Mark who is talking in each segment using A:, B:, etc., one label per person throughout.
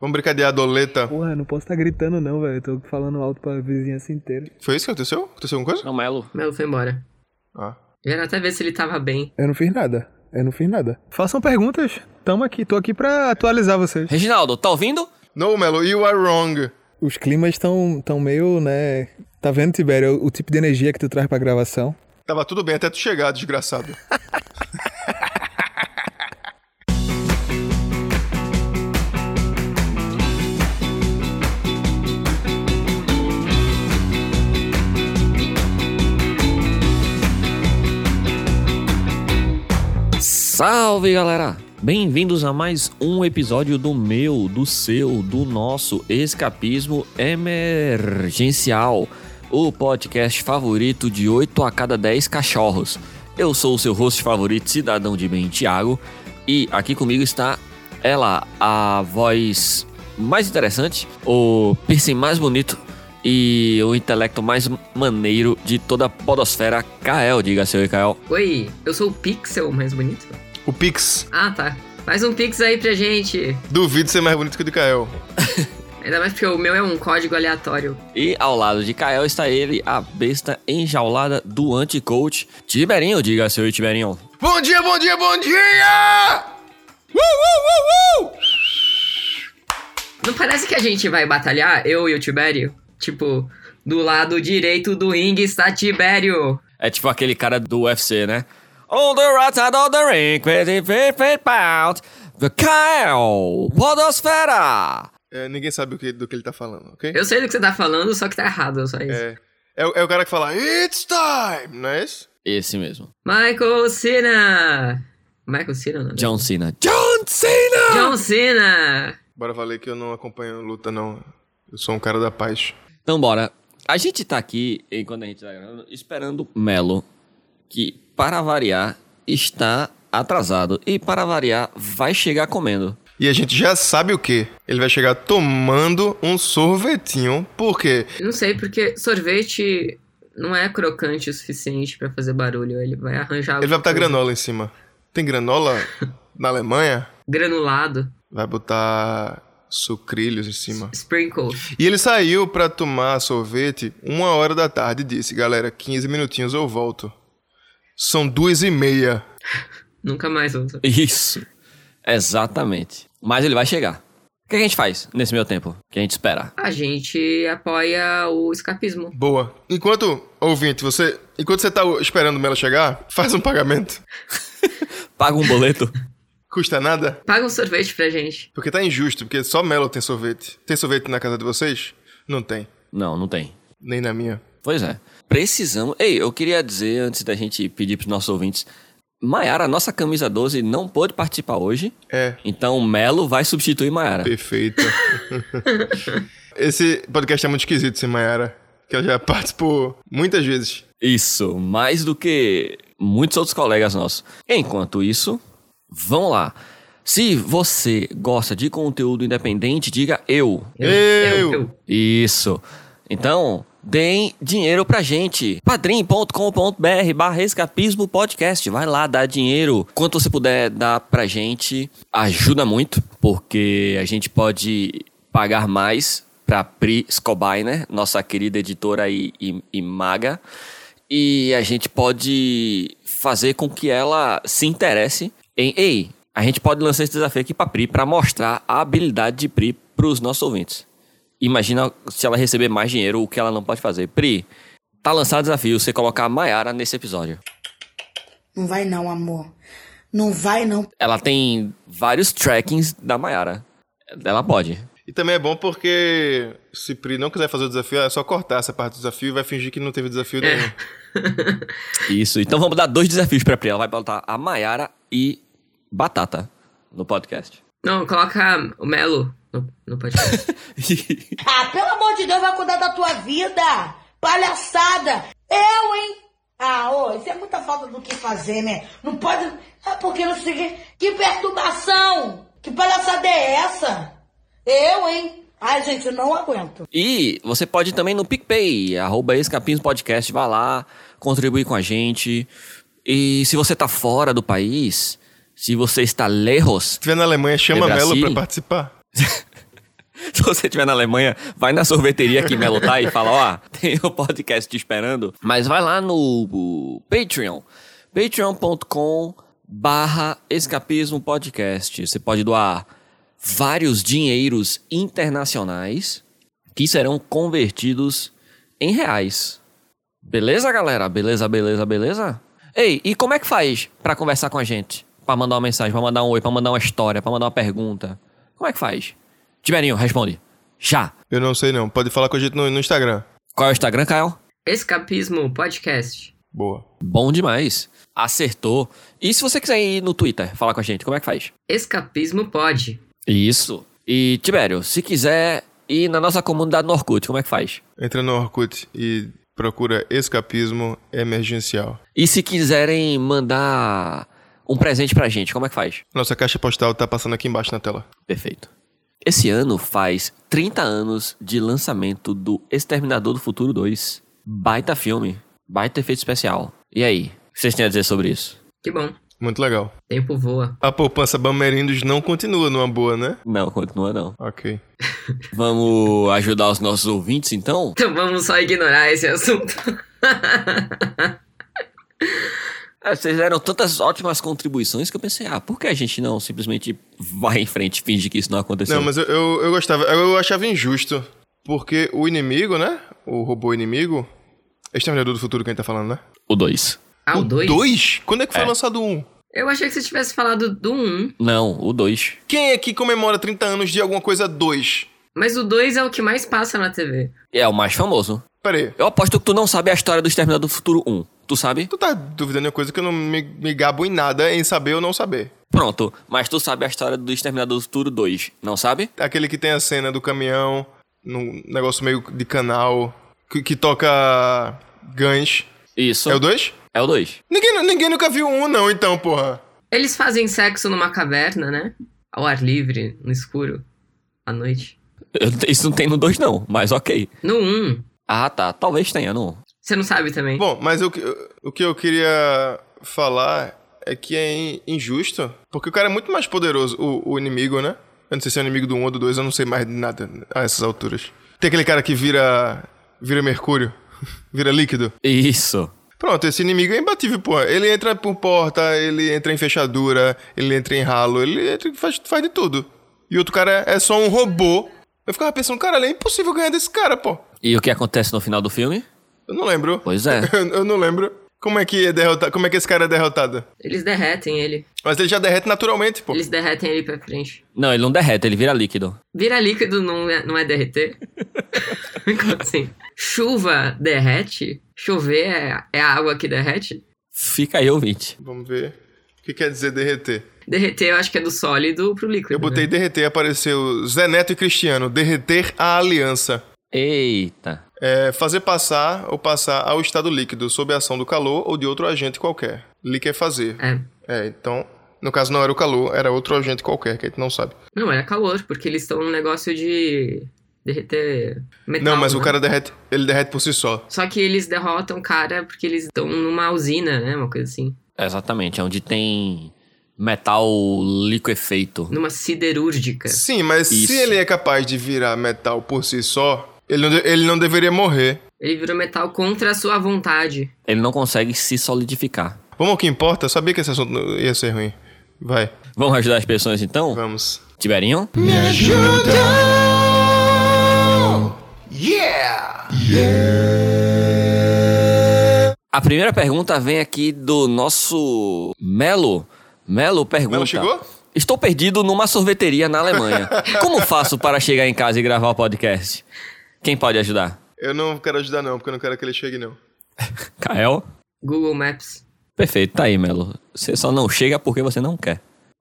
A: Vamos brincar de adoleta.
B: Porra, não posso estar gritando não, velho. Eu tô falando alto pra vizinhança inteira.
A: Foi isso que aconteceu? Aconteceu alguma coisa?
C: Não, Melo.
D: Melo foi embora.
A: Ah.
D: Eu era até ver se ele tava bem.
E: Eu não fiz nada. Eu não fiz nada.
B: Façam perguntas. Tamo aqui. Tô aqui pra atualizar vocês.
C: Reginaldo, tá ouvindo?
A: No, Melo, you are wrong.
E: Os climas estão tão meio, né? Tá vendo, Tibério, o tipo de energia que tu traz pra gravação?
A: Tava tudo bem até tu chegar, desgraçado.
C: Salve, galera! Bem-vindos a mais um episódio do meu, do seu, do nosso Escapismo Emergencial, o podcast favorito de 8 a cada 10 cachorros. Eu sou o seu host favorito, cidadão de bem, Thiago, e aqui comigo está ela, a voz mais interessante, o piercing mais bonito e o intelecto mais maneiro de toda a podosfera, Kael. Diga seu e Kael.
D: Oi, eu sou o Pixel mais bonito.
A: O Pix.
D: Ah, tá. Faz um pix aí pra gente.
A: Duvido ser mais bonito que o de Kael.
D: Ainda mais porque o meu é um código aleatório.
C: E ao lado de Kael está ele, a besta enjaulada do anti-coach, Tiberinho. Diga seu e Tiberinho.
A: Bom dia, bom dia, bom dia! Uh, uh, uh, uh!
D: Não parece que a gente vai batalhar, eu e o Tibério? Tipo, do lado direito do ringue está Tibério.
C: É tipo aquele cara do UFC, né? On the right side of the ring, 25 pounds, the Kael, podosfera.
A: É, ninguém sabe o que, do que ele tá falando, ok?
D: Eu sei do que você tá falando, só que tá errado, só isso.
A: É, é, o- é o cara que fala, it's time, não é isso?
C: Esse mesmo.
D: Michael Cena! Michael Cena, não? né?
C: John Cena. John Cena!
D: John Cena!
A: Bora valer que eu não acompanho luta, não. Eu sou um cara da paz.
C: Então bora. A gente tá aqui, enquanto a gente tá gravando, esperando Melo, que para variar está atrasado e para variar vai chegar comendo.
A: E a gente já sabe o que. Ele vai chegar tomando um sorvetinho, porque
D: Não sei, porque sorvete não é crocante o suficiente pra fazer barulho. Ele vai arranjar.
A: ele vai botar
D: alguma
A: granola em cima. Tem granola na Alemanha?
D: coisa. Granulado.
A: Vai botar sucrilhos em cima.
D: Sprinkles.
A: E ele saiu pra tomar sorvete uma hora da tarde e disse, galera, 15 minutinhos eu volto. São duas e meia.
D: Nunca mais usa.
C: Isso. Exatamente. Mas ele vai chegar. O que a gente faz nesse meio tempo? Que a gente espera.
D: A gente apoia o escapismo.
A: Boa. Enquanto, ouvinte, você. Enquanto você tá esperando o Melo chegar, faz um pagamento.
C: Paga um boleto.
A: Custa nada.
D: Paga um sorvete pra gente.
A: Porque tá injusto, porque só Melo tem sorvete. Tem sorvete na casa de vocês? Não tem.
C: Não, não tem.
A: Nem na minha.
C: Pois é. Precisamos. Ei, eu queria dizer, antes da gente pedir pros nossos ouvintes, Maiara, nossa camisa 12, não pôde participar hoje.
A: É.
C: Então Melo vai substituir Maiara.
A: Perfeito. Esse podcast é muito esquisito sem Mayara. Que ela já participou muitas vezes.
C: Isso, mais do que muitos outros colegas nossos. Enquanto isso, vamos lá. Se você gosta de conteúdo independente, diga eu.
D: É
A: Eu!
C: Isso. Então, deem dinheiro pra gente. padrim.com.br barra escapismo podcast. Vai lá, dá dinheiro. Quanto você puder dar pra gente, ajuda muito, porque a gente pode pagar mais pra Pri Scobainer, nossa querida editora e, e- e maga. E a gente pode fazer com que ela se interesse em... Ei, a gente pode lançar esse desafio aqui pra Pri, pra mostrar a habilidade de Pri pros nossos ouvintes. Imagina se ela receber mais dinheiro, o que ela não pode fazer. Pri, tá lançado o desafio você colocar a Mayara nesse episódio.
F: Não vai não, amor. Não vai não.
C: Ela tem vários trackings da Mayara. Ela pode.
A: E também é bom porque se Pri não quiser fazer o desafio, é só cortar essa parte do desafio e vai fingir que não teve desafio nenhum.
C: Isso. Então vamos dar dois desafios pra Pri. Ela vai botar a Mayara e Batata no podcast.
D: Não, coloca o Melo no, no podcast.
F: Ah, pelo amor de Deus, vai cuidar da tua vida. Palhaçada. Eu, hein? Ah, ô, isso é muita falta do que fazer, né? Não pode... É porque não sei o que... Que perturbação. Que palhaçada é essa? Eu, hein? Ai, gente, eu não aguento.
C: E você pode ir também no PicPay, arroba Escapismo Podcast, vai lá, contribuir com a gente. E se você tá fora do país, se você está lejos,
A: Se tiver na Alemanha, chama
C: Tem
A: Melo
C: Brasília?
A: pra participar.
C: se você estiver na Alemanha, vai na sorveteria aqui em Melotai e fala, ó, tem o podcast te esperando. Mas vai lá no o Patreon, patreon.com barra escapismo podcast. Você pode doar vários dinheiros internacionais que serão convertidos em reais. Beleza, galera? Beleza, beleza, beleza? Ei, e como é que faz pra conversar com a gente? Pra mandar uma mensagem, pra mandar um oi, pra mandar uma história, pra mandar uma pergunta. Como é que faz? Tiberinho, responde. Já.
A: Eu não sei não. Pode falar com a gente no, no Instagram.
C: Qual é o Instagram, Caio?
D: Escapismo Podcast.
A: Boa.
C: Bom demais. Acertou. E se você quiser ir no Twitter falar com a gente, como é que faz?
D: Escapismo Pod.
C: Isso. E, Tibério, se quiser ir na nossa comunidade no Orkut, como é que faz?
A: Entra no Orkut e procura escapismo emergencial.
C: E se quiserem mandar um presente pra gente, como é que faz?
A: Nossa caixa postal tá passando aqui embaixo na tela.
C: Perfeito. Esse ano faz 30 anos de lançamento do Exterminador do Futuro 2. Baita filme, baita efeito especial. E aí, o que vocês têm a dizer sobre isso?
D: Que bom.
A: Muito legal.
D: Tempo voa.
A: A poupança Bamerindos não continua numa boa, né?
C: Não, continua não.
A: Ok.
C: Vamos ajudar os nossos ouvintes então?
D: Então vamos só ignorar esse assunto.
C: Ah, Vocês deram tantas ótimas contribuições que eu pensei, ah, por que a gente não simplesmente vai em frente e finge que isso não aconteceu?
A: Não, mas eu, eu, eu gostava. Eu achava injusto. Porque o inimigo, né? O robô inimigo. Exterminador do futuro que a gente tá falando, né?
C: O 2.
D: Ah, o
A: o
D: 2?
A: dois? Quando é que foi
C: É.
A: lançado o Um?
D: Eu achei que você tivesse falado do 1. Um,
C: Não, o 2.
A: Quem aqui comemora 30 anos de alguma coisa 2?
D: mas o 2 é o que mais passa na TV.
C: É o mais famoso.
A: Pera aí.
C: Eu aposto que tu não sabe a história do Exterminador do Futuro 1. Tu sabe?
A: Tu tá duvidando de uma coisa que eu não me, me gabo em nada em saber ou não saber.
C: Pronto. Mas tu sabe a história do Exterminador do Futuro 2, não sabe?
A: Aquele que tem a cena do caminhão, num negócio meio de canal, que, que toca Guns.
C: Isso.
A: É o 2?
C: É o 2.
A: Ninguém, ninguém nunca viu um, não, então, porra.
D: Eles fazem sexo numa caverna, né? Ao ar livre, no escuro, à noite.
C: Isso não tem no 2 não, mas ok.
D: No 1, um,
C: Ah, tá. Talvez tenha, não.
D: você não sabe também.
A: Bom, mas o que, o que eu queria falar é que é in- injusto, porque o cara é muito mais poderoso, o, o inimigo, né? Eu não sei se é o inimigo do 1 ou do 2, eu não sei mais de nada a essas alturas. Tem aquele cara que vira. vira mercúrio, vira líquido.
C: Isso.
A: Pronto, esse inimigo é imbatível, pô. Ele entra por porta, ele entra em fechadura, ele entra em ralo, ele entra, faz, faz de tudo. E outro cara é só um robô. Eu ficava pensando, cara, é impossível ganhar desse cara, pô.
C: E o que acontece no final do filme?
A: Eu não lembro.
C: Pois é.
A: Eu, eu não lembro. Como é que é derrota- como é que esse cara é derrotado?
D: Eles derretem ele.
A: Mas ele já derrete naturalmente, pô.
D: Eles derretem ele pra frente.
C: Não, ele não derrete, ele vira líquido.
D: Vira líquido não é, não é derreter? Como assim? Chuva derrete? Chover é, é a água que derrete?
C: Fica aí, ouvinte.
A: Vamos ver. O que quer dizer derreter?
D: Derreter eu acho que é do sólido pro líquido.
A: Eu botei
D: né?
A: derreter, apareceu Zé Neto e Cristiano. Derreter a aliança.
C: Eita.
A: É fazer passar ou passar ao estado líquido sob a ação do calor ou de outro agente qualquer. Liquefazer.
D: É.
A: É, então, no caso não era o calor, era outro agente qualquer, que a gente não sabe.
D: Não, era calor, porque eles estão num negócio de derreter metal.
A: não, mas o
D: né?
A: cara derrete, ele derrete por si só.
D: Só que eles derrotam o cara porque eles estão numa usina, né? Uma coisa assim.
C: Exatamente, é onde tem metal liquefeito.
D: Numa siderúrgica.
A: Sim, mas
C: Isso.
A: se ele é capaz de virar metal por si só, ele não, de- ele não deveria morrer.
D: Ele virou metal contra a sua vontade.
C: Ele não consegue se solidificar.
A: Vamos ao que importa, eu sabia que esse assunto não- ia ser ruim. Vai,
C: Vamos ajudar as pessoas então?
A: vamos.
C: Tiberinho? A primeira pergunta vem aqui do nosso Melo. Melo pergunta.
A: Melo chegou?
C: Estou perdido numa sorveteria na Alemanha. Como faço para chegar em casa e gravar o podcast? Quem pode ajudar?
A: Eu não quero ajudar não, porque eu não quero que ele chegue não.
C: Kael?
D: Google Maps.
C: Perfeito, tá aí, Melo. Você só não chega porque você não quer.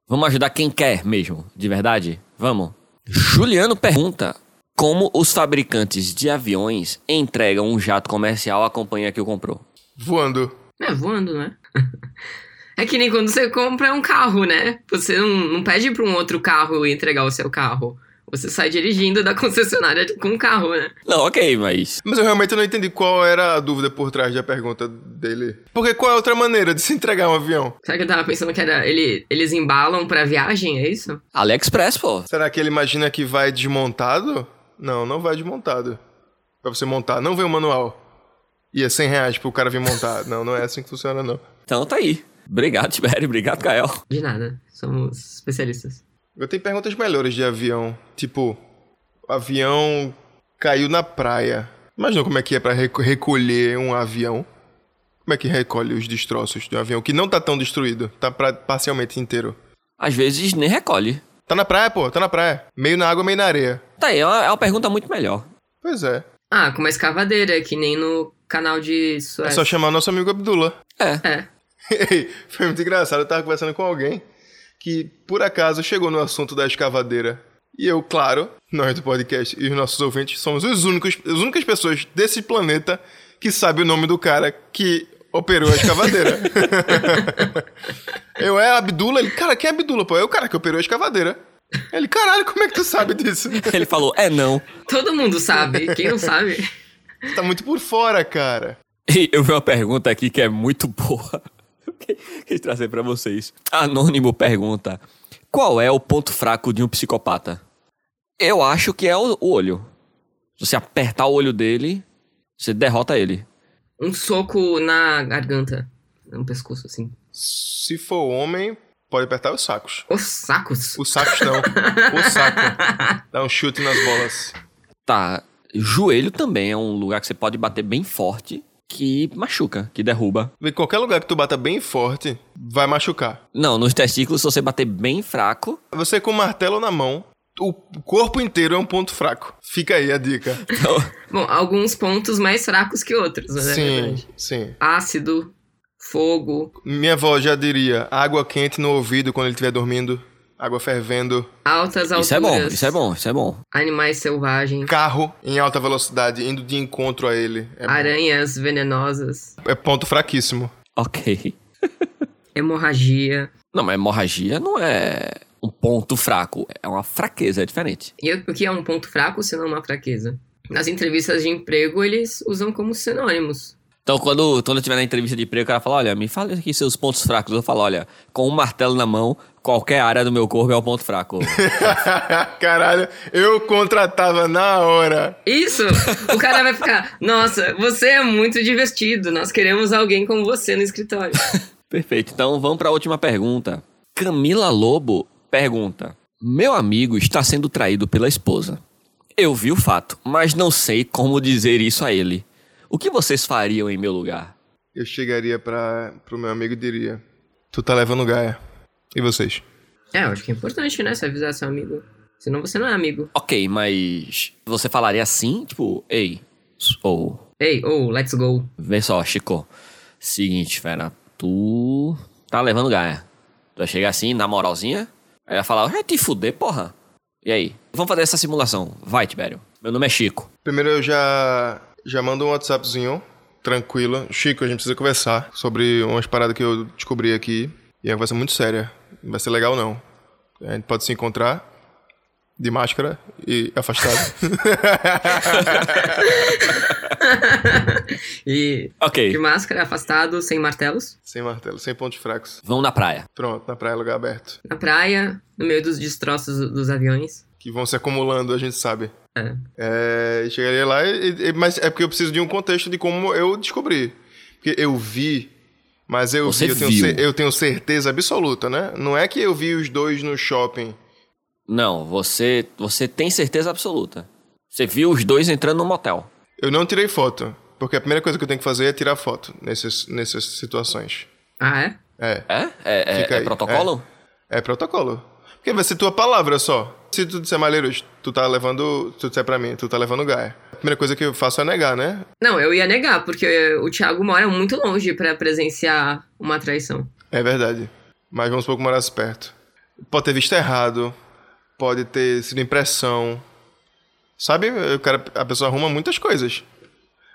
C: Vamos ajudar quem quer mesmo, de verdade? Vamos. Juliano pergunta: Como os fabricantes de aviões entregam um jato comercial à companhia que o comprou?
A: Voando.
D: É, voando, né? É que nem quando você compra um carro, né? Você não, não pede pra um outro carro entregar o seu carro. Você sai dirigindo da concessionária com um carro, né?
C: Não, ok, mas.
A: Mas eu realmente não entendi qual era a dúvida por trás da pergunta dele. Porque qual é a outra maneira de se entregar um avião?
D: Será que eu tava pensando que era. Ele, eles embalam pra viagem, é isso?
C: AliExpress, pô.
A: Será que ele imagina que vai desmontado? Não, não vai desmontado. Pra você montar, não vem o manual. E é 100 reais pro cara vir montar. Não, não é assim que funciona, não.
C: Então tá aí. Obrigado, Tibério. Obrigado, Gael.
D: De nada. Somos especialistas.
A: Eu tenho perguntas melhores de avião. Tipo, o avião caiu na praia. Imagina como é que é pra reco- recolher um avião. Como é que recolhe os destroços de um avião que não tá tão destruído? Tá pra- parcialmente inteiro.
C: Às vezes nem recolhe.
A: Tá na praia, pô, tá na praia. Meio na água, meio na areia.
C: Tá aí, é uma, é uma pergunta muito melhor.
A: Pois é.
D: Ah, com uma escavadeira, que nem no canal de
A: É
D: Suécia.
A: só chamar o nosso amigo Abdullah.
C: É.
D: É.
A: Ei, Foi muito engraçado. Eu tava conversando com alguém que, por acaso, chegou no assunto da escavadeira. E eu, claro, nós do podcast e os nossos ouvintes somos os únicos, as únicas pessoas desse planeta que sabe o nome do cara que operou a escavadeira. eu é Abdullah, ele, cara, quem é Abdullah, pô? É o cara que operou a escavadeira. Ele, caralho, como é que tu sabe disso?
C: Ele falou, é não.
D: Todo mundo sabe. Quem não sabe?
A: Tu tá muito por fora, cara.
C: E eu vi uma pergunta aqui que é muito boa. Que- Quis trazer pra vocês. Anônimo pergunta: Qual é o ponto fraco de um psicopata? Eu acho que é o o olho. Se você apertar o olho dele, você derrota ele.
D: Um soco na garganta. No pescoço, assim.
A: Se for homem, pode apertar os sacos.
D: Os sacos.
A: Os sacos não. O saco. Dá um chute nas bolas.
C: Tá. Joelho também é um lugar que você pode bater bem forte que machuca, que derruba.
A: Em qualquer lugar que tu bata bem forte, vai machucar.
C: Não, nos testículos, se você bater bem fraco,
A: Você com o martelo na mão, o corpo inteiro é um ponto fraco. Fica aí a dica.
C: então,
D: Bom, alguns pontos mais fracos que outros, né?
A: sim, sim.
D: Ácido, fogo,
A: Minha avó já diria: água quente no ouvido quando ele estiver dormindo, água fervendo,
D: altas alturas.
C: isso é bom, isso é bom, isso é bom.
D: Animais selvagens,
A: carro em alta velocidade indo de encontro a ele. É,
D: aranhas venenosas,
A: é ponto fraquíssimo.
C: Ok.
D: hemorragia.
C: Não, mas hemorragia não é um ponto fraco, é uma fraqueza, é diferente.
D: E o que é um ponto fraco, se não uma fraqueza? Nas entrevistas de emprego, eles usam como sinônimos.
C: Então, quando, quando eu tiver na entrevista de emprego, o cara fala: Olha, me fala aqui seus pontos fracos. Eu falo: Olha, com um martelo na mão, qualquer área do meu corpo é um ponto fraco.
A: Caralho, eu contratava na hora.
D: Isso! O cara vai ficar, nossa, você é muito divertido, nós queremos alguém como você no escritório.
C: Perfeito. Então, vamos para a última pergunta. Camila Lobo pergunta: Meu amigo está sendo traído pela esposa. Eu vi o fato, mas não sei como dizer isso a ele. O que vocês fariam em meu lugar?
A: Eu chegaria pra, pro meu amigo e diria: Tu tá levando Gaia. E vocês?
D: É, eu acho que é importante, né, se avisar seu amigo. Senão você não é amigo.
C: Ok, mas você falaria assim? Tipo, ei, ou.
D: Ei, ou, let's go.
C: Vê só, Chico. Seguinte, fera. Tu tá levando Gaia. Tu vai chegar assim, na moralzinha. Aí vai falar, vai te fuder, porra. E aí? Vamos fazer essa simulação. Vai, Tibério. Meu nome é Chico.
A: Primeiro eu já já mando um WhatsAppzinho, tranquilo. Chico, a gente precisa conversar sobre umas paradas que eu descobri aqui. E é uma conversa muito séria. Não vai ser legal, não. A gente pode se encontrar de máscara e afastado.
D: E de
C: Ok.
D: máscara, afastado, sem martelos.
A: sem martelo, sem pontos fracos.
C: Vamos na praia.
A: Pronto, na praia, lugar aberto.
D: Na praia, no meio dos destroços do- dos aviões.
A: Que vão se acumulando, a gente sabe.
D: É.
A: É, chegaria lá, e- e- mas é porque eu preciso de um contexto de como eu descobri. Porque eu vi, mas eu
C: Você
A: vi, eu tenho,
C: viu.
A: cer- eu tenho certeza absoluta, né? Não é que eu vi os dois no shopping.
C: Não, você, você tem certeza absoluta. Você viu os dois entrando no motel.
A: Eu não tirei foto, porque a primeira coisa que eu tenho que fazer é tirar foto nessas, nessas situações.
D: Ah, é?
A: É,
C: É? É, é-
A: Fica
C: é
A: aí.
C: protocolo?
A: é protocolo. Porque vai ser tua palavra só. Se tu disser Malheiros, tu tá levando. Tu disser pra mim, tu tá levando Gaia. A primeira coisa que eu faço é negar, né?
D: Não, eu ia negar, porque o Thiago mora muito longe pra presenciar uma traição.
A: É verdade. Mas vamos supor que morasse perto. Pode ter visto errado, pode ter sido impressão. Sabe, o cara, a pessoa arruma muitas coisas.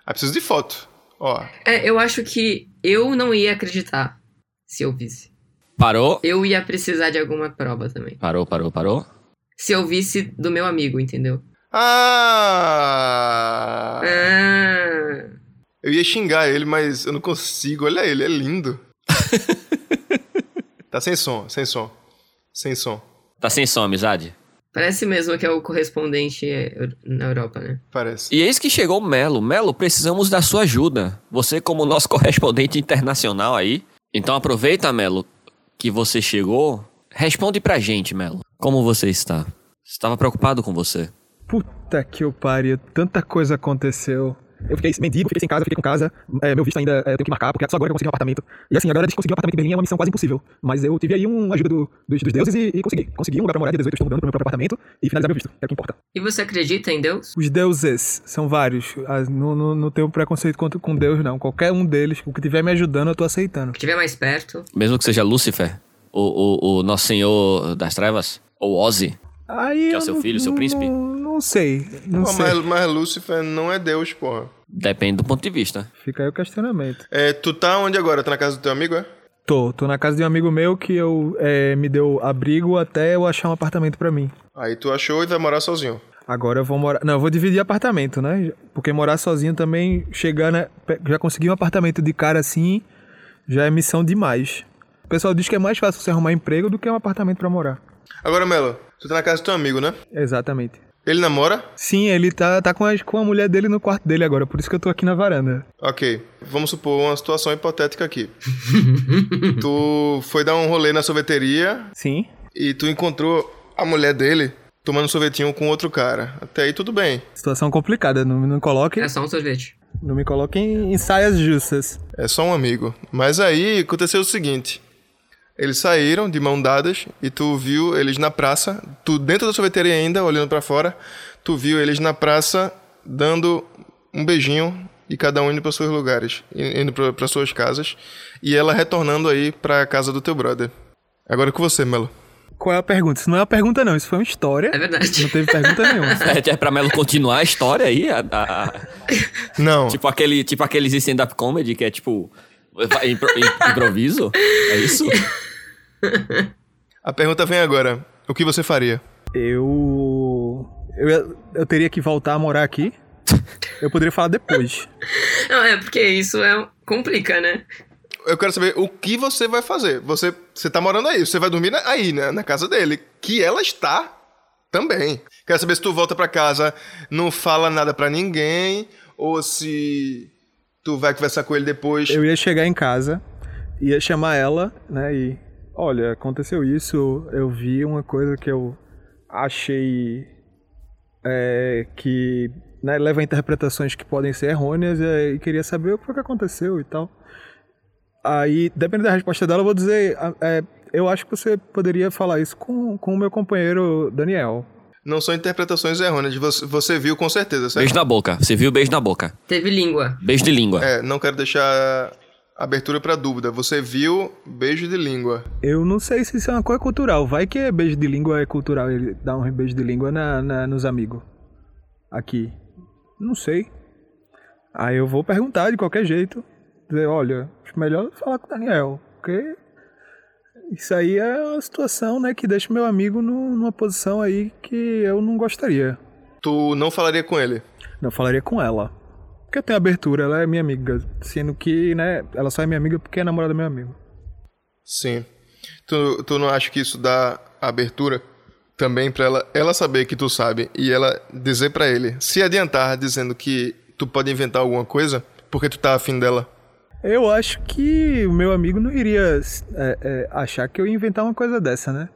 A: Aí precisa de foto. Ó,
D: É, eu acho que eu não ia acreditar se eu visse.
C: Parou.
D: Eu ia precisar de alguma prova também.
C: Parou, parou, parou.
D: se eu visse do meu amigo, entendeu?
A: Ah!
D: Ah,
A: Eu ia xingar ele, mas eu não consigo. Olha ele, é lindo. tá sem som, sem som. Sem som.
C: Tá sem som, amizade.
D: parece mesmo que é o correspondente é, eu- na Europa, né?
A: Parece.
C: E eis que chegou o Melo. Melo, precisamos da sua ajuda. Você, como nosso correspondente internacional aí. Então aproveita, Melo, que você chegou. Responde pra gente, Melo. Como você está? Estava preocupado com você.
E: Puta que eu pariu, tanta coisa aconteceu. Eu fiquei mendigo, fiquei sem casa, fiquei com casa. É, meu visto ainda é, eu tenho que marcar, porque só agora que eu consegui um apartamento. E assim, agora de conseguir um apartamento em Berlim é uma missão quase impossível. Mas eu tive aí um, uma ajuda do- dos, dos deuses e, e consegui. Consegui um lugar pra morar dia 18, eu estou mudando pro meu próprio apartamento e finalizar meu visto, que é o que importa.
D: E você acredita em Deus?
E: Os deuses são vários. Ah, Não, não, não tenho preconceito contra, com Deus, não. Qualquer um deles, o que tiver me ajudando, eu tô aceitando.
D: O que tiver mais perto.
C: Mesmo que seja Lúcifer, o, o, o nosso senhor das trevas, ou Ozzy.
E: Aí
C: Que é o
E: eu
C: seu
E: não-
C: filho, seu príncipe?
E: Não, não sei, não
A: Pô,
E: sei.
A: mas, mas Lúcifer não é Deus, porra.
C: Depende do ponto de vista.
E: Fica aí o questionamento.
A: É, tu tá onde agora? Tá na casa do teu amigo, é?
E: Tô, tô na casa de um amigo meu que eu é, me deu abrigo até eu achar um apartamento pra mim.
A: Aí tu achou e vai morar sozinho.
E: Agora eu vou morar. Não, eu vou dividir apartamento, né? Porque morar sozinho também, chegar na. pe- Já conseguir um apartamento de cara assim, já é missão demais. O pessoal diz que é mais fácil você arrumar emprego do que um apartamento pra morar.
A: Agora, Melo, tu tá na casa do teu amigo, né?
E: Exatamente.
A: Ele namora?
E: Sim, ele tá, tá com, a, com a mulher dele no quarto dele agora, por isso que eu tô aqui na varanda.
A: Ok. Vamos supor uma situação hipotética aqui. tu foi dar um rolê na sorveteria
E: Sim.
A: e tu encontrou a mulher dele tomando um sorvetinho com outro cara. Até aí tudo bem.
E: Situação complicada, não, não, coloque,
D: É só um sorvete.
E: não me coloquem em saias justas.
A: É só um amigo. Mas aí aconteceu o seguinte. Eles saíram de mão dadas e tu viu eles na praça, tu dentro da sorveteria ainda, olhando pra fora, tu viu eles na praça dando um beijinho e cada um indo para seus lugares, in- indo pra- pra suas casas, e ela retornando aí pra casa do teu brother. Agora é com você, Melo.
E: Qual é a pergunta? Isso não é uma pergunta, não, isso foi uma história.
D: É
E: Não
D: verdade.
E: teve pergunta nenhuma.
C: É, é pra Melo continuar a história aí, a- a- a-
A: Não.
C: tipo aquele tipo aqueles stand-up comedy que é tipo vai- impro- im- improviso. É isso?
A: A pergunta vem agora. O que você faria?
E: Eu. Eu, ia- eu teria que voltar a morar aqui. Eu poderia falar depois.
D: Não, é porque isso é complica, né?
A: Eu quero saber o que você vai fazer. Você, você tá morando aí, você vai dormir na- aí, né, na casa dele, que ela está também. Quero saber se tu volta pra casa, não fala nada pra ninguém, ou se tu vai conversar com ele depois.
E: Eu ia chegar em casa, ia chamar ela, né? E. Olha, aconteceu isso, eu vi uma coisa que eu achei. é, que. né, leva a interpretações que podem ser errôneas é, e queria saber o que foi que aconteceu e tal. Aí, dependendo da resposta dela, eu vou dizer. ah, é, eu acho que você poderia falar isso com, com o meu companheiro Daniel.
A: Não são interpretações errôneas, você, você viu com certeza, certo?
C: Beijo na boca. Você viu beijo na boca.
D: Teve língua.
C: Beijo de língua.
A: É, não quero deixar abertura pra dúvida. Você viu beijo de língua.
E: Eu não sei se isso é uma coisa cultural. Vai que é beijo de língua é cultural, ele dá um beijo de língua na, na- nos amigos. Aqui. Não sei. Aí eu vou perguntar de qualquer jeito. Dizer, olha, acho melhor falar com o Daniel, porque isso aí é uma situação, né, que deixa meu amigo num- numa posição aí que eu não gostaria.
A: Tu não falaria com ele.
E: Não, eu falaria com ela. Porque eu tenho abertura, ela é minha amiga. Sendo que, né, ela só é minha amiga porque é namorada do meu amigo.
A: Sim. Tu, tu não acha que isso dá abertura também pra ela, ela saber que tu sabe e ela dizer pra ele, se adiantar dizendo que tu pode inventar alguma coisa porque tu tá afim dela?
E: Eu acho que o meu amigo não iria é, é, achar que eu ia inventar uma coisa dessa, né?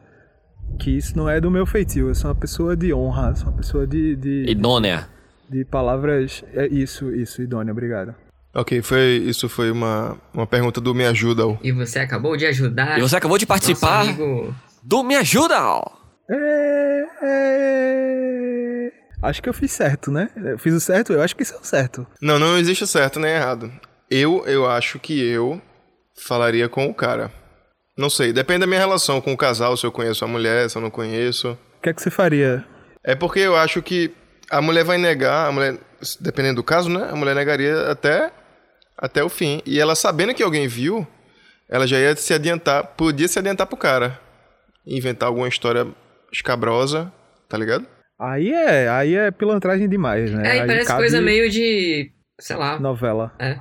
E: Que isso não é do meu feitio. Eu sou uma pessoa de honra, sou uma pessoa de, de,
C: Idônea.
E: de palavras. É isso, isso, idônea, obrigado.
A: Ok, foi, isso foi uma, uma pergunta do Me Ajuda. Al.
D: E você acabou de ajudar.
C: E você acabou de
D: nosso
C: participar
D: amigo.
C: do Me Ajuda! ó.
E: É, é... Acho que eu fiz certo, né? Eu fiz o certo, eu acho que isso é o certo.
A: Não, não existe certo nem errado. Eu, eu acho que eu falaria com o cara. Não sei, depende da minha relação com o casal, se eu conheço a mulher, se eu não conheço.
E: O que é que você faria?
A: É porque eu acho que a mulher vai negar, a mulher, dependendo do caso, né? A mulher negaria até, até o fim. E ela sabendo que alguém viu, ela já ia se adiantar, podia se adiantar pro cara. Inventar alguma história escabrosa tá ligado?
E: Aí é, aí é pilantragem demais, né?
D: É, e
E: aí
D: parece
E: cabe
D: coisa meio de. sei lá.
E: novela.
D: É.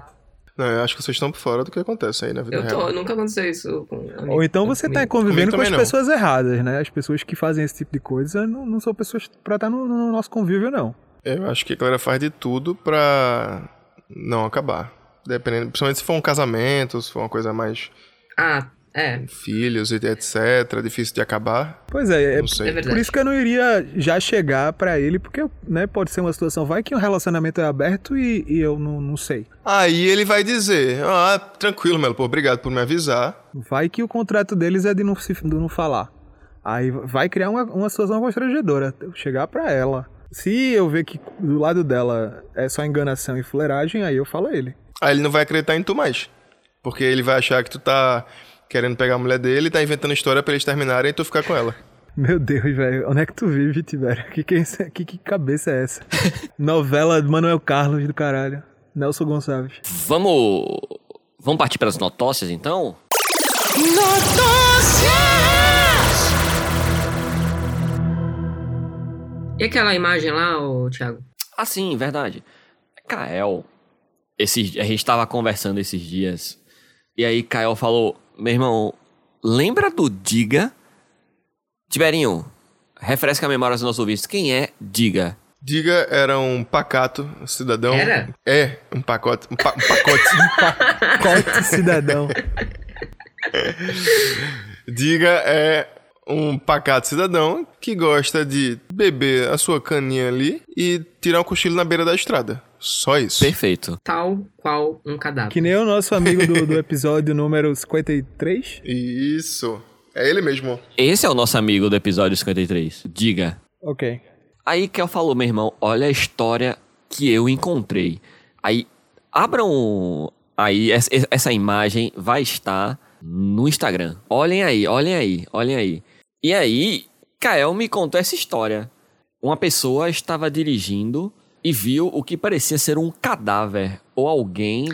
A: Não, eu acho que vocês estão por fora do que acontece aí na vida
D: Eu
A: é real.
D: tô, nunca aconteceu isso com. um
E: Ou então você tá convivendo com
A: também
E: as
A: não.
E: pessoas erradas, né? As pessoas que fazem esse tipo de coisa não, não são pessoas pra estar no, no nosso convívio, não.
A: Eu acho que a galera faz de tudo pra não acabar. Dependendo, principalmente se for um casamento, se for uma coisa mais
D: Ah, é.
A: filhos, e etc, difícil de acabar.
E: Pois é, é
A: não
D: É
A: sei.
D: verdade.
E: por isso que eu não iria já chegar pra ele, porque né, pode ser uma situação, vai que um relacionamento é aberto e, e eu não, não sei.
A: Aí ele vai dizer: "Ah, tranquilo, Melo, pô, obrigado por me avisar".
E: Vai que o contrato deles é de não, se, de não falar. Aí vai criar uma, uma situação constrangedora. eu Chegar pra ela. Se eu ver que do lado dela é só enganação e fuleiragem, aí eu falo a ele.
A: Aí ele não vai acreditar em tu mais. Porque ele vai achar que tu tá querendo pegar a mulher dele, tá inventando história pra eles terminarem e tu ficar com ela.
E: Meu Deus, velho, onde é que tu vive, Tibério? Que, que, é isso- que, que cabeça é essa? Novela do Manuel Carlos do caralho. Nelson Gonçalves.
C: Vamos. Vamos partir pelas notócias então?
D: E aquela imagem lá, ô, Thiago?
C: Ah, sim, verdade. Kael. Esses, a gente tava conversando esses dias. E aí Kael falou: Meu irmão, lembra do Diga? Tiberinho, refresca a memória dos nossos ouvintes. Quem é Diga?
A: Diga era um pacato, um cidadão.
D: Era?
A: É, um pacote, um, pa- um pacote.
E: Corte cidadão.
A: Diga é um pacato cidadão que gosta de beber a sua caninha ali e tirar um cochilo na beira da estrada. Só isso.
C: Perfeito.
D: Tal qual um cadáver.
E: Que nem o nosso amigo do, do episódio número 53.
A: Isso. É ele mesmo.
C: Esse é o nosso amigo do episódio 53. Diga.
E: Ok.
C: Aí que eu falou, meu irmão, olha a história que eu encontrei. Aí abram aí es- es- essa imagem vai estar no Instagram. Olhem aí, olhem aí, olhem aí. E aí, Kael me contou essa história. Uma pessoa estava dirigindo e viu o que parecia ser um cadáver ou alguém.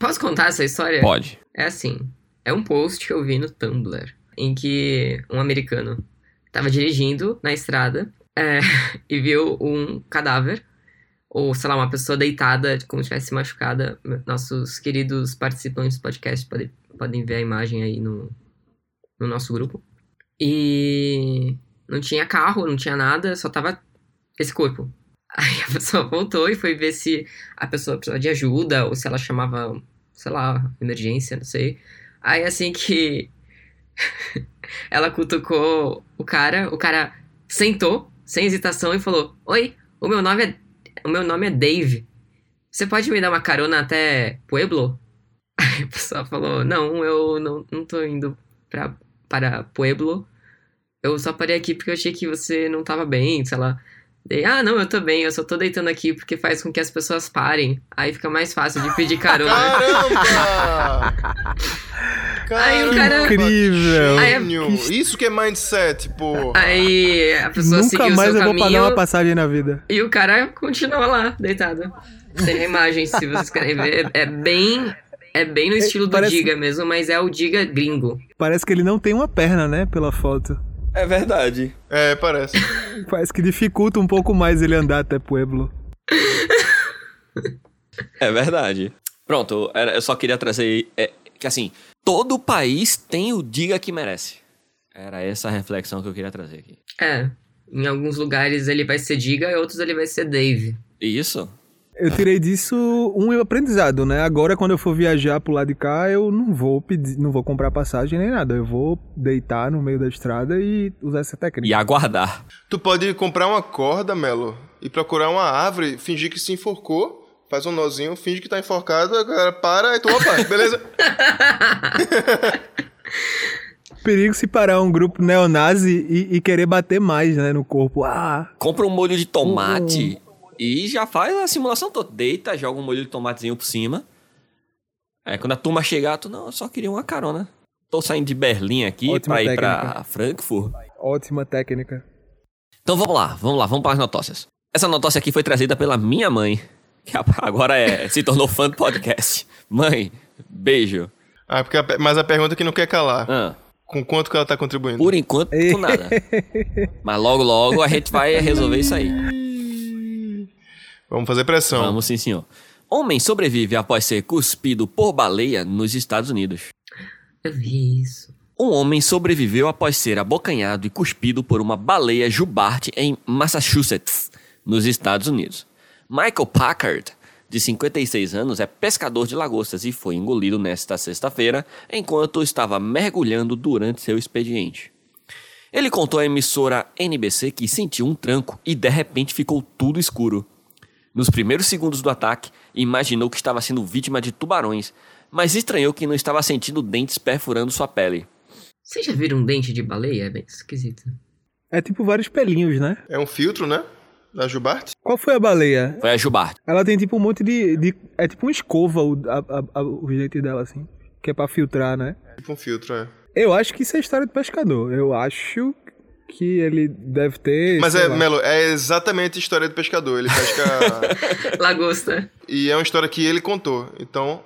D: Posso contar essa história?
C: Pode.
D: É assim, é um post que eu vi no Tumblr, em que um americano tava dirigindo na estrada é, e viu um cadáver, ou sei lá, uma pessoa deitada, como se tivesse machucada. Nossos queridos participantes do podcast podem, podem ver a imagem aí no, no nosso grupo. E não tinha carro, não tinha nada, só tava esse corpo. Aí a pessoa voltou e foi ver se a pessoa precisava de ajuda, ou se ela chamava sei lá, emergência, não sei. Aí assim que ela cutucou o cara, o cara sentou, sem hesitação, e falou: Oi, o meu nome é. O meu nome é Dave. Você pode me dar uma carona até Pueblo? Aí a pessoa falou: Não, eu não, não tô indo pra, para Pueblo. Eu só parei aqui porque eu achei que você não tava bem, sei lá. Daí, ah, não, eu tô bem, eu só tô deitando aqui porque faz com que as pessoas parem. Aí fica mais fácil de pedir carona.
A: Caramba!
D: Aí o cara-
E: Incrível.
A: gênio. Isso que é mindset, pô.
D: Aí a pessoa
E: Nunca
D: seguiu o
E: mais
D: seu
E: eu vou pagar
D: caminho
E: uma passagem na vida.
D: e o cara continua lá, deitado. Tem a imagem, se vocês querem ver. É é bem, é bem no estilo do
E: parece-
D: Diga mesmo, mas é o Diga gringo.
E: Parece que ele não tem uma perna, né? Pela foto.
C: É verdade.
A: É, parece.
E: Parece que dificulta um pouco mais ele andar até Pueblo.
C: É verdade. Pronto, era- eu só queria trazer é, que assim, todo país tem o diga que merece. Era essa a reflexão que eu queria trazer aqui.
D: É. Em alguns lugares ele vai ser Diga, em outros ele vai ser Dave.
C: E isso?
E: Eu tirei disso um aprendizado, né? Agora, quando eu for viajar pro lado de cá, eu não vou pedir, não vou comprar passagem nem nada. Eu vou deitar no meio da estrada e usar essa
C: E
E: técnica.
C: aguardar.
A: Tu pode comprar uma corda, Melo, e procurar uma árvore, fingir que se enforcou, faz um nozinho, finge que tá enforcado, a galera para e tu, opa, beleza.
E: Perigo se parar um grupo neonazi e, e querer bater mais, né? No corpo. Ah!
C: Compra um molho de tomate
E: Uhum.
C: e já faz a simulação toda. Deita, joga um molho de tomatezinho por cima. É, quando a turma chegar, tu não, eu só queria uma carona. Tô saindo de Berlim aqui
E: Ótima
C: pra ir pra
E: técnica.
C: Frankfurt.
E: Ótima técnica.
C: Então vamos lá, vamos lá, vamos para as notócias. Essa notócia aqui foi trazida pela minha mãe, que a- agora é, se tornou fã do podcast. Mãe, beijo.
A: Ah, porque a, pe- mas a pergunta é que não quer calar.
C: Ah,
A: Com quanto que ela tá contribuindo?
C: Por enquanto, com nada. Mas logo, logo a gente vai resolver isso aí.
A: Vamos fazer pressão.
C: Vamos sim, senhor. Homem sobrevive após ser cuspido por baleia nos Estados Unidos.
D: Eu vi isso.
C: Um homem sobreviveu após ser abocanhado e cuspido por uma baleia jubarte em Massachusetts, nos Estados Unidos. Michael Packard, de 56 anos, é pescador de lagostas e foi engolido nesta sexta-feira enquanto estava mergulhando durante seu expediente. Ele contou à emissora NBC que sentiu um tranco e de repente ficou tudo escuro. Nos primeiros segundos do ataque, imaginou que estava sendo vítima de tubarões, mas estranhou que não estava sentindo dentes perfurando sua pele.
D: Vocês já viram um dente de baleia? É bem esquisito.
E: É tipo vários pelinhos, né?
A: É um filtro, né? Da Jubarte?
E: Qual foi a baleia?
C: Foi a Jubarte.
E: Ela tem tipo um monte de. de- é tipo uma escova o, a- a- a- o jeito dela, assim. Que é pra filtrar, né?
A: Tipo um filtro, é.
E: Eu acho que isso é história de pescador. Eu acho que ele deve ter.
A: Mas
E: sei
A: é,
E: lá.
A: Melo, é exatamente a história do pescador. Ele pesca.
D: Lagosta.
A: e é uma história que ele contou. Então,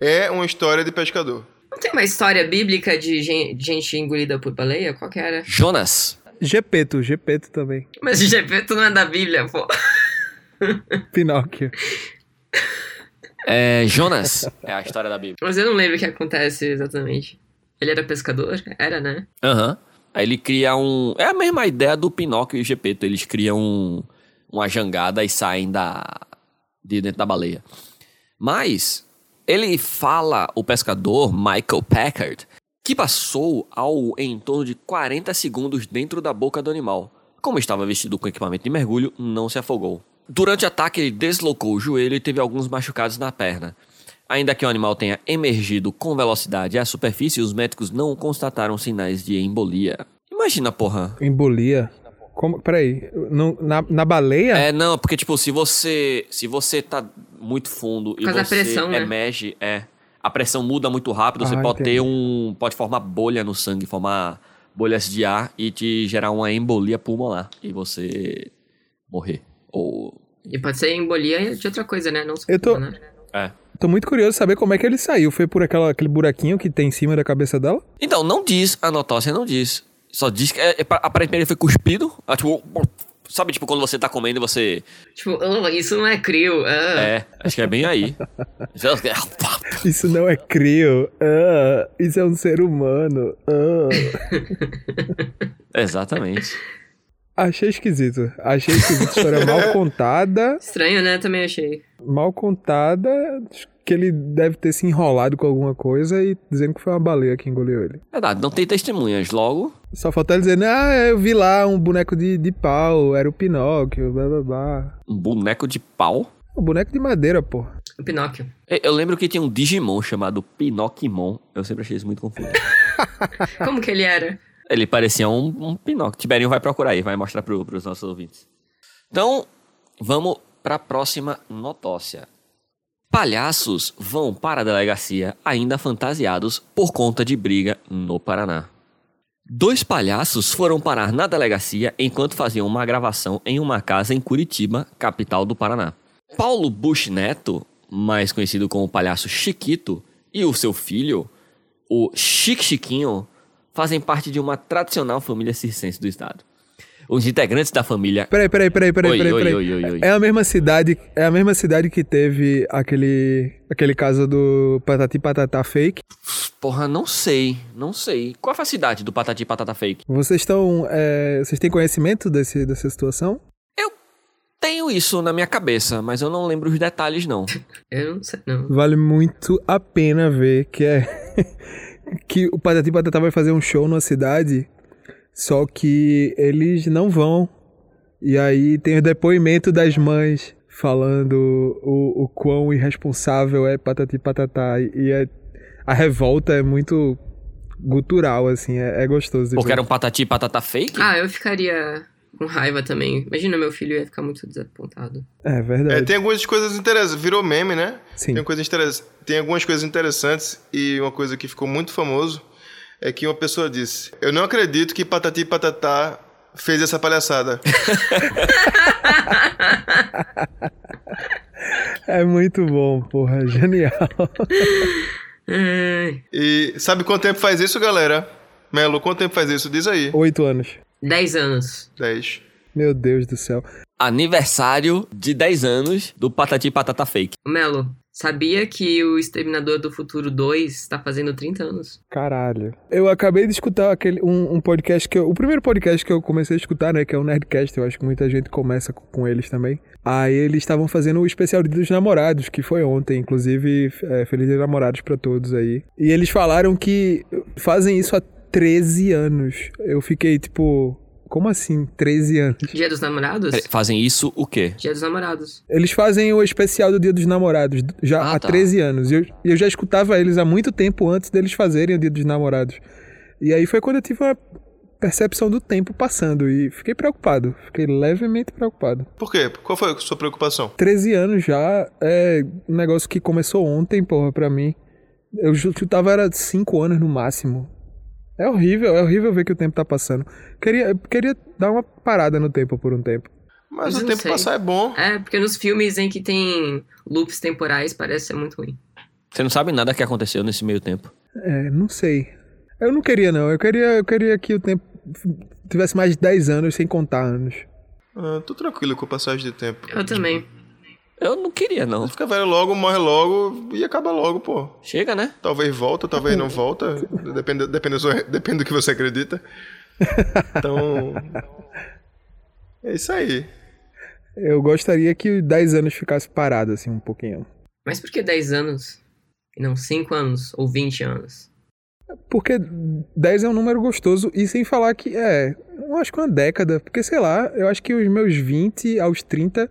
A: é uma história de pescador.
D: Não tem uma história bíblica de gen- de gente engolida por baleia? Qual que era?
C: Jonas.
E: Gepeto, Gepeto também.
D: Mas o Gepeto não é da Bíblia, pô.
E: Pinóquio.
C: É, Jonas. É a história da Bíblia.
D: Mas eu não lembro o que acontece exatamente. Ele era pescador? Era, né?
C: Aham. Aí ele cria um. É a mesma ideia do Pinóquio e o Gepeto. Eles criam um- uma jangada e saem da. de dentro da baleia. Mas ele fala, o pescador Michael Packard, que passou ao em torno de 40 segundos dentro da boca do animal. Como estava vestido com equipamento de mergulho, não se afogou. Durante o ataque, ele deslocou o joelho e teve alguns machucados na perna. Ainda que o animal tenha emergido com velocidade à superfície, os médicos não constataram sinais de embolia. Imagina, porra.
E: Embolia. Como? Peraí. Não, na, na baleia?
C: É, não, porque, tipo, se você. Se você tá muito fundo e
D: Por causa da
C: você
D: pressão, né?
C: emerge, é. A pressão muda muito rápido, você
E: Ah,
C: pode
E: entendi.
C: ter um. Pode formar bolha no sangue, formar bolhas de ar e te gerar uma embolia pulmonar. E você morrer. Ou.
D: E pode ser embolia de outra coisa, né? Não só
E: Eu tô-
D: né?
C: É.
E: Tô muito curioso de saber como é que ele saiu. Foi por aquela, aquele buraquinho que tem em cima da cabeça dela?
C: Então, não diz, a notócia não diz. Só diz que. É, é, pra- aparentemente ele foi cuspido. ah, tipo, sabe, tipo, quando você tá comendo e você.
D: Tipo, "Oh, isso não é crio. ah."
C: É, acho que é bem aí.
E: Isso não é crio. Ah, isso é um ser humano. Ah.
C: Exatamente.
E: Achei esquisito. Achei esquisito. História mal contada.
D: Estranho, né? Também achei.
E: Mal contada. Que ele deve ter se enrolado com alguma coisa e dizendo que foi uma baleia que engoliu ele.
C: Verdade, não tem testemunhas. Logo,
E: Só faltou ele dizendo, ah, eu vi lá um boneco de, de pau, era o Pinóquio, blá blá blá.
C: um boneco de pau.
E: Um boneco de madeira, pô.
D: O Pinóquio.
C: E- Eu lembro que tinha um Digimon chamado Pinocchimon. Eu sempre achei isso muito confuso.
E: Ah.
D: Como que ele era?
C: Ele parecia um, um Pinocchio. Tiberinho vai procurar aí, vai mostrar pro, pros nossos ouvintes. Então, vamos pra próxima notócia. Palhaços vão para a delegacia ainda fantasiados por conta de briga no Paraná. Dois palhaços foram parar na delegacia enquanto faziam uma gravação em uma casa em Curitiba, capital do Paraná. Paulo Bush Neto, mais conhecido como Palhaço Chiquito, e o seu filho, o Chique Chiquinho, fazem parte de uma tradicional família circense do estado. Os integrantes da família.
E: Peraí, peraí, peraí, peraí,
C: Oi,
E: peraí,
C: oi,
E: peraí.
C: oi, oi, oi.
E: É a mesma cidade, é a mesma cidade que teve aquele, aquele caso do Patati Patatá fake.
C: Porra, não sei, não sei. Qual a facilidade do Patati Patata Fake?
E: Vocês estão, é, vocês têm conhecimento desse, dessa situação?
C: Tenho isso na minha cabeça, mas eu não lembro os detalhes, não.
D: Eu não sei, não.
E: Vale muito a pena ver que é que o Patati Patatá vai fazer um show numa cidade, só que eles não vão. E aí tem o depoimento das mães falando o, o quão irresponsável é Patati Patatá e, e é- a revolta é muito gutural assim, é, é gostoso. de
C: Porque
E: ver.
C: era um Patati Patata Fake?
D: Ah, eu ficaria com raiva também. Imagina, meu filho ia ficar muito desapontado.
C: um
E: É
A: É,
E: verdade.
A: tem algumas coisas interessantes. Virou meme, né?
E: Sim.
A: Tem, coisa interes- tem algumas coisas interessantes e uma coisa que ficou muito famoso é que uma pessoa disse: Eu não acredito que Patati Patatá fez essa palhaçada.
E: É muito bom, porra, genial.
D: Ai,
A: e sabe quanto tempo faz isso, galera? Melo, quanto tempo faz isso? Diz aí.
E: Oito anos.
D: 10 anos.
A: 10.
E: Meu Deus do céu.
C: Aniversário de 10 anos do Patati Patata Fake.
D: Melo, sabia que o Exterminador do Futuro 2 tá fazendo 30 anos?
E: Caralho. Eu acabei de escutar aquele, um, um podcast que eu, O primeiro podcast que eu comecei a escutar, né? Que é o Nerdcast. Eu acho que muita gente começa com, com eles também. Aí eles estavam fazendo o especial Dia dos Namorados, que foi ontem. Inclusive, é, Feliz Dia dos Namorados pra todos aí. E eles falaram que fazem isso há 13 anos. Eu fiquei tipo. Como assim, 13 anos?
D: Dia dos Namorados?
C: Peraí, Fazem isso o quê?
D: Dia dos Namorados.
E: Eles fazem o especial do Dia dos Namorados já
C: Ah,
E: há
C: tá.
E: 13 anos. E eu, e eu já escutava eles há muito tempo antes deles fazerem o Dia dos Namorados. E aí foi quando eu tive uma percepção do tempo passando e fiquei preocupado. Fiquei levemente preocupado.
A: Por quê? Qual foi a sua preocupação?
E: 13 anos já é um negócio que começou ontem, porra, pra mim. Eu ju- chutava era 5 anos no máximo. É horrível, é horrível ver que o tempo tá passando. Queria, queria dar uma parada no tempo por um tempo.
A: Mas
D: Mas eu
A: o
D: não
A: tempo
D: sei.
A: passar é bom.
D: É, porque nos filmes em que tem loops temporais parece ser muito ruim.
C: Você não sabe nada que aconteceu nesse meio tempo.
E: É, não sei. Eu não queria, não. Eu queria, eu queria que o tempo tivesse mais de 10 anos sem contar anos.
A: Ah, tô tranquilo com a passagem de tempo.
D: Eu também.
C: Eu não queria, não.
A: Fica velho logo, morre logo e acaba logo, pô.
C: Chega, né?
A: Talvez volta, talvez não volta. Depende, depende, do, seu- depende do que você acredita. Então. É isso aí.
E: Eu gostaria que 10 anos ficasse parado, assim, um pouquinho.
D: Mas por que 10 anos? E não 5 anos ou 20 anos?
E: Porque 10 é um número gostoso, e sem falar que é. Eu acho que uma década. Porque, sei lá, eu acho que os meus 20 aos 30,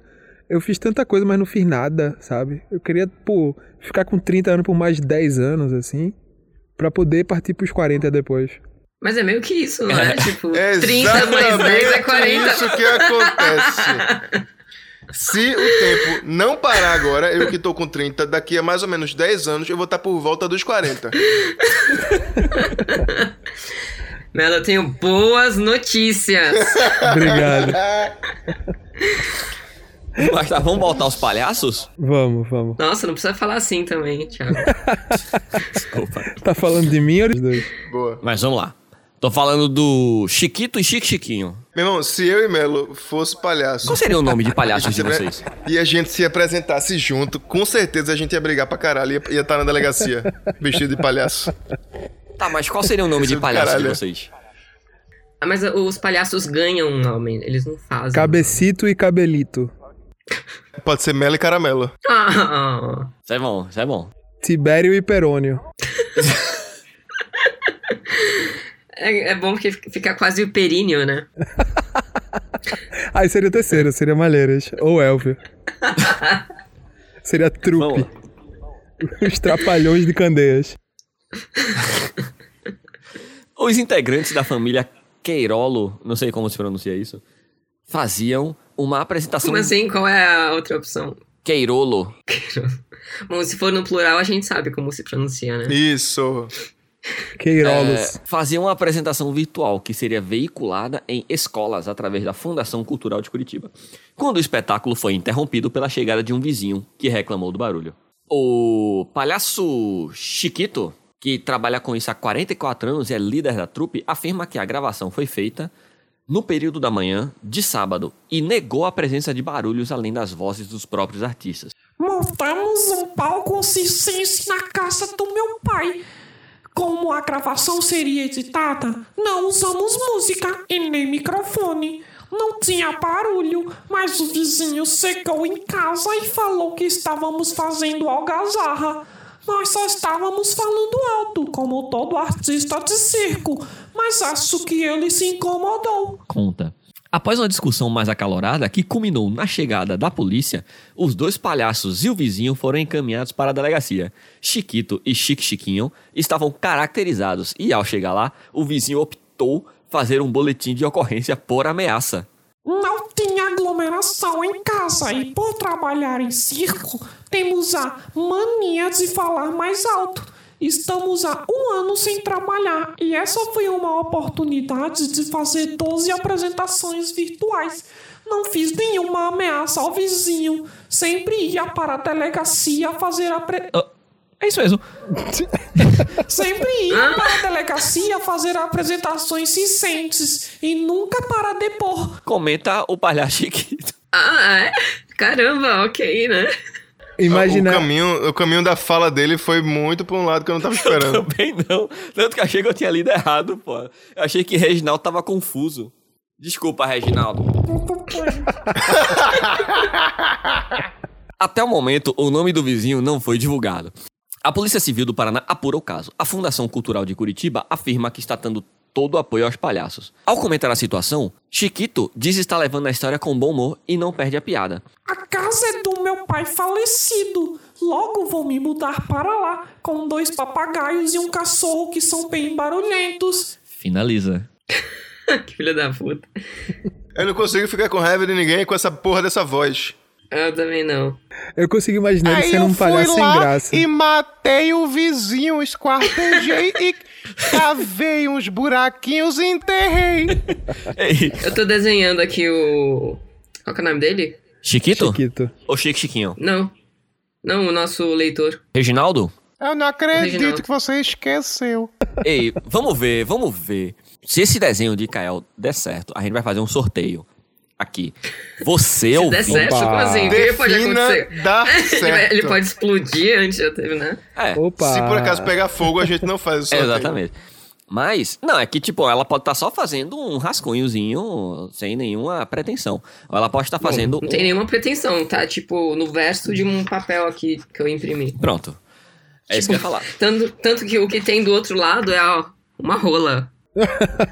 E: eu fiz tanta coisa, mas não fiz nada, sabe? Eu queria, pô, ficar com 30 anos por mais 10 anos, assim, pra poder partir pros 40 depois.
D: Mas é meio que isso, não é? Tipo,
A: É
D: 30 mais 10 é 40.
A: isso que acontece. Se o tempo não parar agora, eu que tô com 30, daqui a mais ou menos 10 anos eu vou estar por volta dos 40.
D: Melo, eu tenho boas notícias.
E: Obrigado.
C: Mas tá, vamos voltar os palhaços?
E: vamos, vamos.
D: Nossa, não precisa falar assim também, Thiago.
C: Desculpa.
E: Tá falando de mim ou dos dois?
A: Boa.
C: Mas vamos lá. Tô falando do Chiquito e Chique Chiquinho.
A: Meu irmão, se eu e Melo fosse palhaço
C: Qual seria o nome de palhaços
A: É.
C: de vocês?
A: e a gente se apresentasse junto, com certeza a gente ia brigar pra caralho e ia estar na delegacia vestido de palhaço.
C: Tá, mas qual seria o nome de
A: do
C: palhaço de
A: caralho.
C: vocês?
D: Ah, Mas os palhaços ganham um nome, eles não fazem.
E: Cabecito e cabelito.
A: Pode ser Melo e Caramelo.
D: Ah,
C: Isso é bom, isso é bom.
E: Tibério e Perônio.
D: é, é bom porque fica quase o períneo, né?
E: Aí seria o terceiro, seria Malheiras. Ou Elvio. seria
C: Vamos
E: Trupe.
C: lá.
E: Os Trapalhões de Candeias.
C: Os integrantes da família Queirolo, não sei como se pronuncia isso, faziam uma apresentação
D: Como assim? Qual é a outra opção?
C: Queirolo.
D: Bom, se for no plural, a gente sabe como se pronuncia, né?
A: Isso.
E: Queirolos.
C: Faziam É, uma apresentação virtual que seria veiculada em escolas através da Fundação Cultural de Curitiba. Quando o espetáculo foi interrompido pela chegada de um vizinho que reclamou do barulho. O palhaço Chiquito, que trabalha com isso há 44 anos e é líder da trupe, afirma que a gravação foi feita no período da manhã de sábado e negou a presença de barulhos além das vozes dos próprios artistas.
G: Montamos um pau com circense na casa do meu pai. Como a gravação seria editada, não usamos música e nem microfone. Não tinha barulho, mas o vizinho chegou em casa e falou que estávamos fazendo algazarra. Nós só estávamos falando alto, como todo artista de circo, mas acho que ele se incomodou.
C: conta. Após uma discussão mais acalorada, que culminou na chegada da polícia, os dois palhaços e o vizinho foram encaminhados para a delegacia. Chiquito e Chique Chiquinho estavam caracterizados e, ao chegar lá, o vizinho optou fazer um boletim de ocorrência por ameaça.
G: Não tinha aglomeração em casa e por trabalhar em circo, temos a mania de falar mais alto. Estamos há um ano sem trabalhar e essa foi uma oportunidade de fazer 12 apresentações virtuais. Não fiz nenhuma ameaça ao vizinho, sempre ia para a delegacia fazer a pre...
C: Ah.
G: É isso mesmo. Sempre ia para a delegacia fazer apresentações incentes e nunca para depor.
C: Comenta o palhaço Chiquito.
D: Ah, é? Caramba, ok, né?
C: É,
A: O
E: Imaginar.
A: caminho, o caminho da fala dele foi muito pra um lado que eu não tava esperando.
C: Também não. Tanto que achei que eu tinha lido errado, pô. Eu achei que Reginaldo tava confuso. Desculpa, Reginaldo. Até o momento, o nome do vizinho não foi divulgado. A Polícia Civil do Paraná apura o caso. A Fundação Cultural de Curitiba afirma que está dando todo o apoio aos palhaços. Ao comentar a situação, Chiquito diz estar levando a história com bom humor e não perde a piada.
G: A casa é do meu pai falecido. Logo vou me mudar para lá, com dois papagaios e um cachorro que são bem barulhentos.
C: Finaliza.
D: que filho da puta.
A: Eu não consigo ficar com raiva de ninguém com essa porra dessa voz.
D: Eu também não.
E: Eu consigo imaginar ele sendo um palhaço sem graça.
H: matei o vizinho, esquartejei e cavei uns buraquinhos e enterrei.
C: Ei,
D: Eu tô desenhando aqui o. Qual que é o nome dele?
C: Chiquito?
E: Chiquito.
C: Ou Chique Chiquinho?
D: Não. Não, o nosso leitor.
C: Reginaldo?
H: Eu não
D: Reginaldo.
H: acredito que você esqueceu.
C: Ei, vamos ver, vamos ver. Se esse desenho de Kael der certo, a gente vai fazer um sorteio aqui. Você
D: Se der
C: ouvinte...
D: certo, como assim? O que pode
A: Defina
D: acontecer?
A: dar
D: Ele, vai-
A: certo.
D: ele pode explodir antes de eu terminar.
C: É,
E: Opa.
A: Se por acaso pegar fogo, a gente não faz isso.
C: exatamente. Mas, não, é que, tipo, ela pode estar só fazendo um rascunhozinho sem nenhuma pretensão. Ou ela pode estar fazendo.
D: Não
C: um-
D: tem nenhuma pretensão, tá? Tipo, no verso de um papel aqui que eu imprimi.
C: Pronto. É isso que eu ia falar.
D: Tanto, tanto que o que tem do outro lado é ó, uma rola.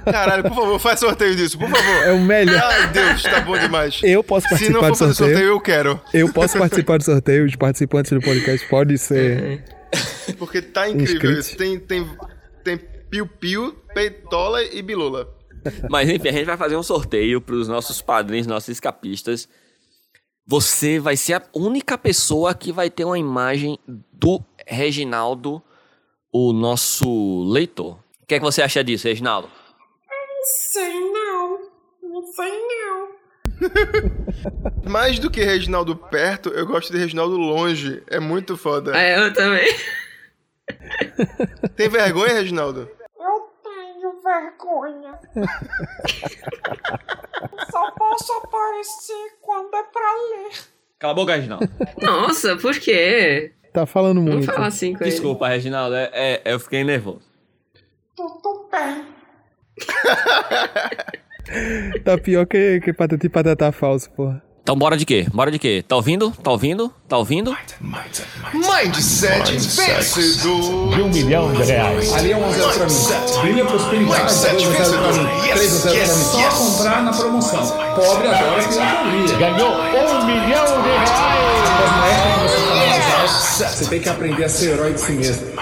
A: Caralho, por favor, faz sorteio disso, por favor.
E: É o melhor.
A: Ai, Deus, tá bom demais.
E: Eu posso
A: Se não
E: participar
A: for
E: do
A: fazer
E: sorteio.
A: sorteio, eu quero.
E: Eu posso participar do sorteio. Os participantes do podcast podem ser.
C: É.
A: Porque
E: Um
A: tá incrível
E: Inscritos.
A: isso. Tem, tem, tem piu-piu, peitola e bilula.
C: Mas, enfim, a gente vai fazer um sorteio pros nossos padrinhos, nossos escapistas. Você vai ser a única pessoa que vai ter uma imagem do Reginaldo, o nosso leitor. O que é que você acha disso, Reginaldo?
G: Sei não, não sei não.
A: Mais do que Reginaldo perto, eu gosto de Reginaldo longe. É muito foda.
D: É, eu também.
A: Tem vergonha, Reginaldo?
G: Eu tenho vergonha. Só posso aparecer quando é pra ler.
C: Cala a boca, Reginaldo.
D: Nossa, por quê?
E: Tá falando
D: Não
E: muito.
D: fala assim com ele.
C: Desculpa, Reginaldo, é, é- eu fiquei nervoso.
G: Tudo bem.
E: Tá pior que, que patati e patatá falso, porra.
C: Então bora de quê? Bora de quê? Tá ouvindo? Tá ouvindo? Tá ouvindo?
A: Mindset vencedor.
I: um milhão de reais.
J: Ali é 1 a 0 pra mim. Brilha
A: é
J: prosperidade, 2 a 0 pra mim. 3 a 0 pra mim. Só comprar na promoção. Pobre adora pirataria.
I: Ganhou um milhão de reais.
J: Mas não é como você fala mais alto. Você tem que aprender a ser herói de si mesmo.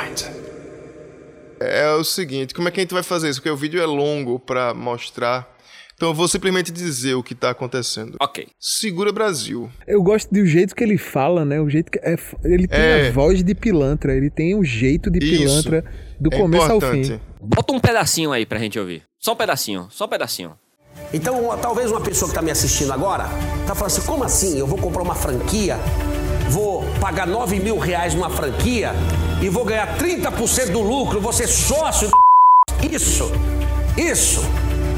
A: É o seguinte, como é que a gente vai fazer isso? Porque o vídeo é longo pra mostrar. Então eu vou simplesmente dizer o que tá acontecendo.
C: Ok.
A: Segura Brasil.
E: Eu gosto do jeito que ele fala, né? O jeito que. é f- ele tem
A: É.
E: a voz de pilantra, ele tem o jeito de
A: Isso.
E: pilantra do
A: é
E: começo ao
A: importante.
E: fim.
C: Bota um pedacinho aí pra gente ouvir. Só um pedacinho, só um pedacinho.
K: Então, uma- talvez uma pessoa que está me assistindo agora está falando assim: como assim? Eu vou comprar uma franquia, vou pagar 9 mil reais numa franquia e vou ganhar 30% do lucro, vou ser sócio do. Isso! Isso!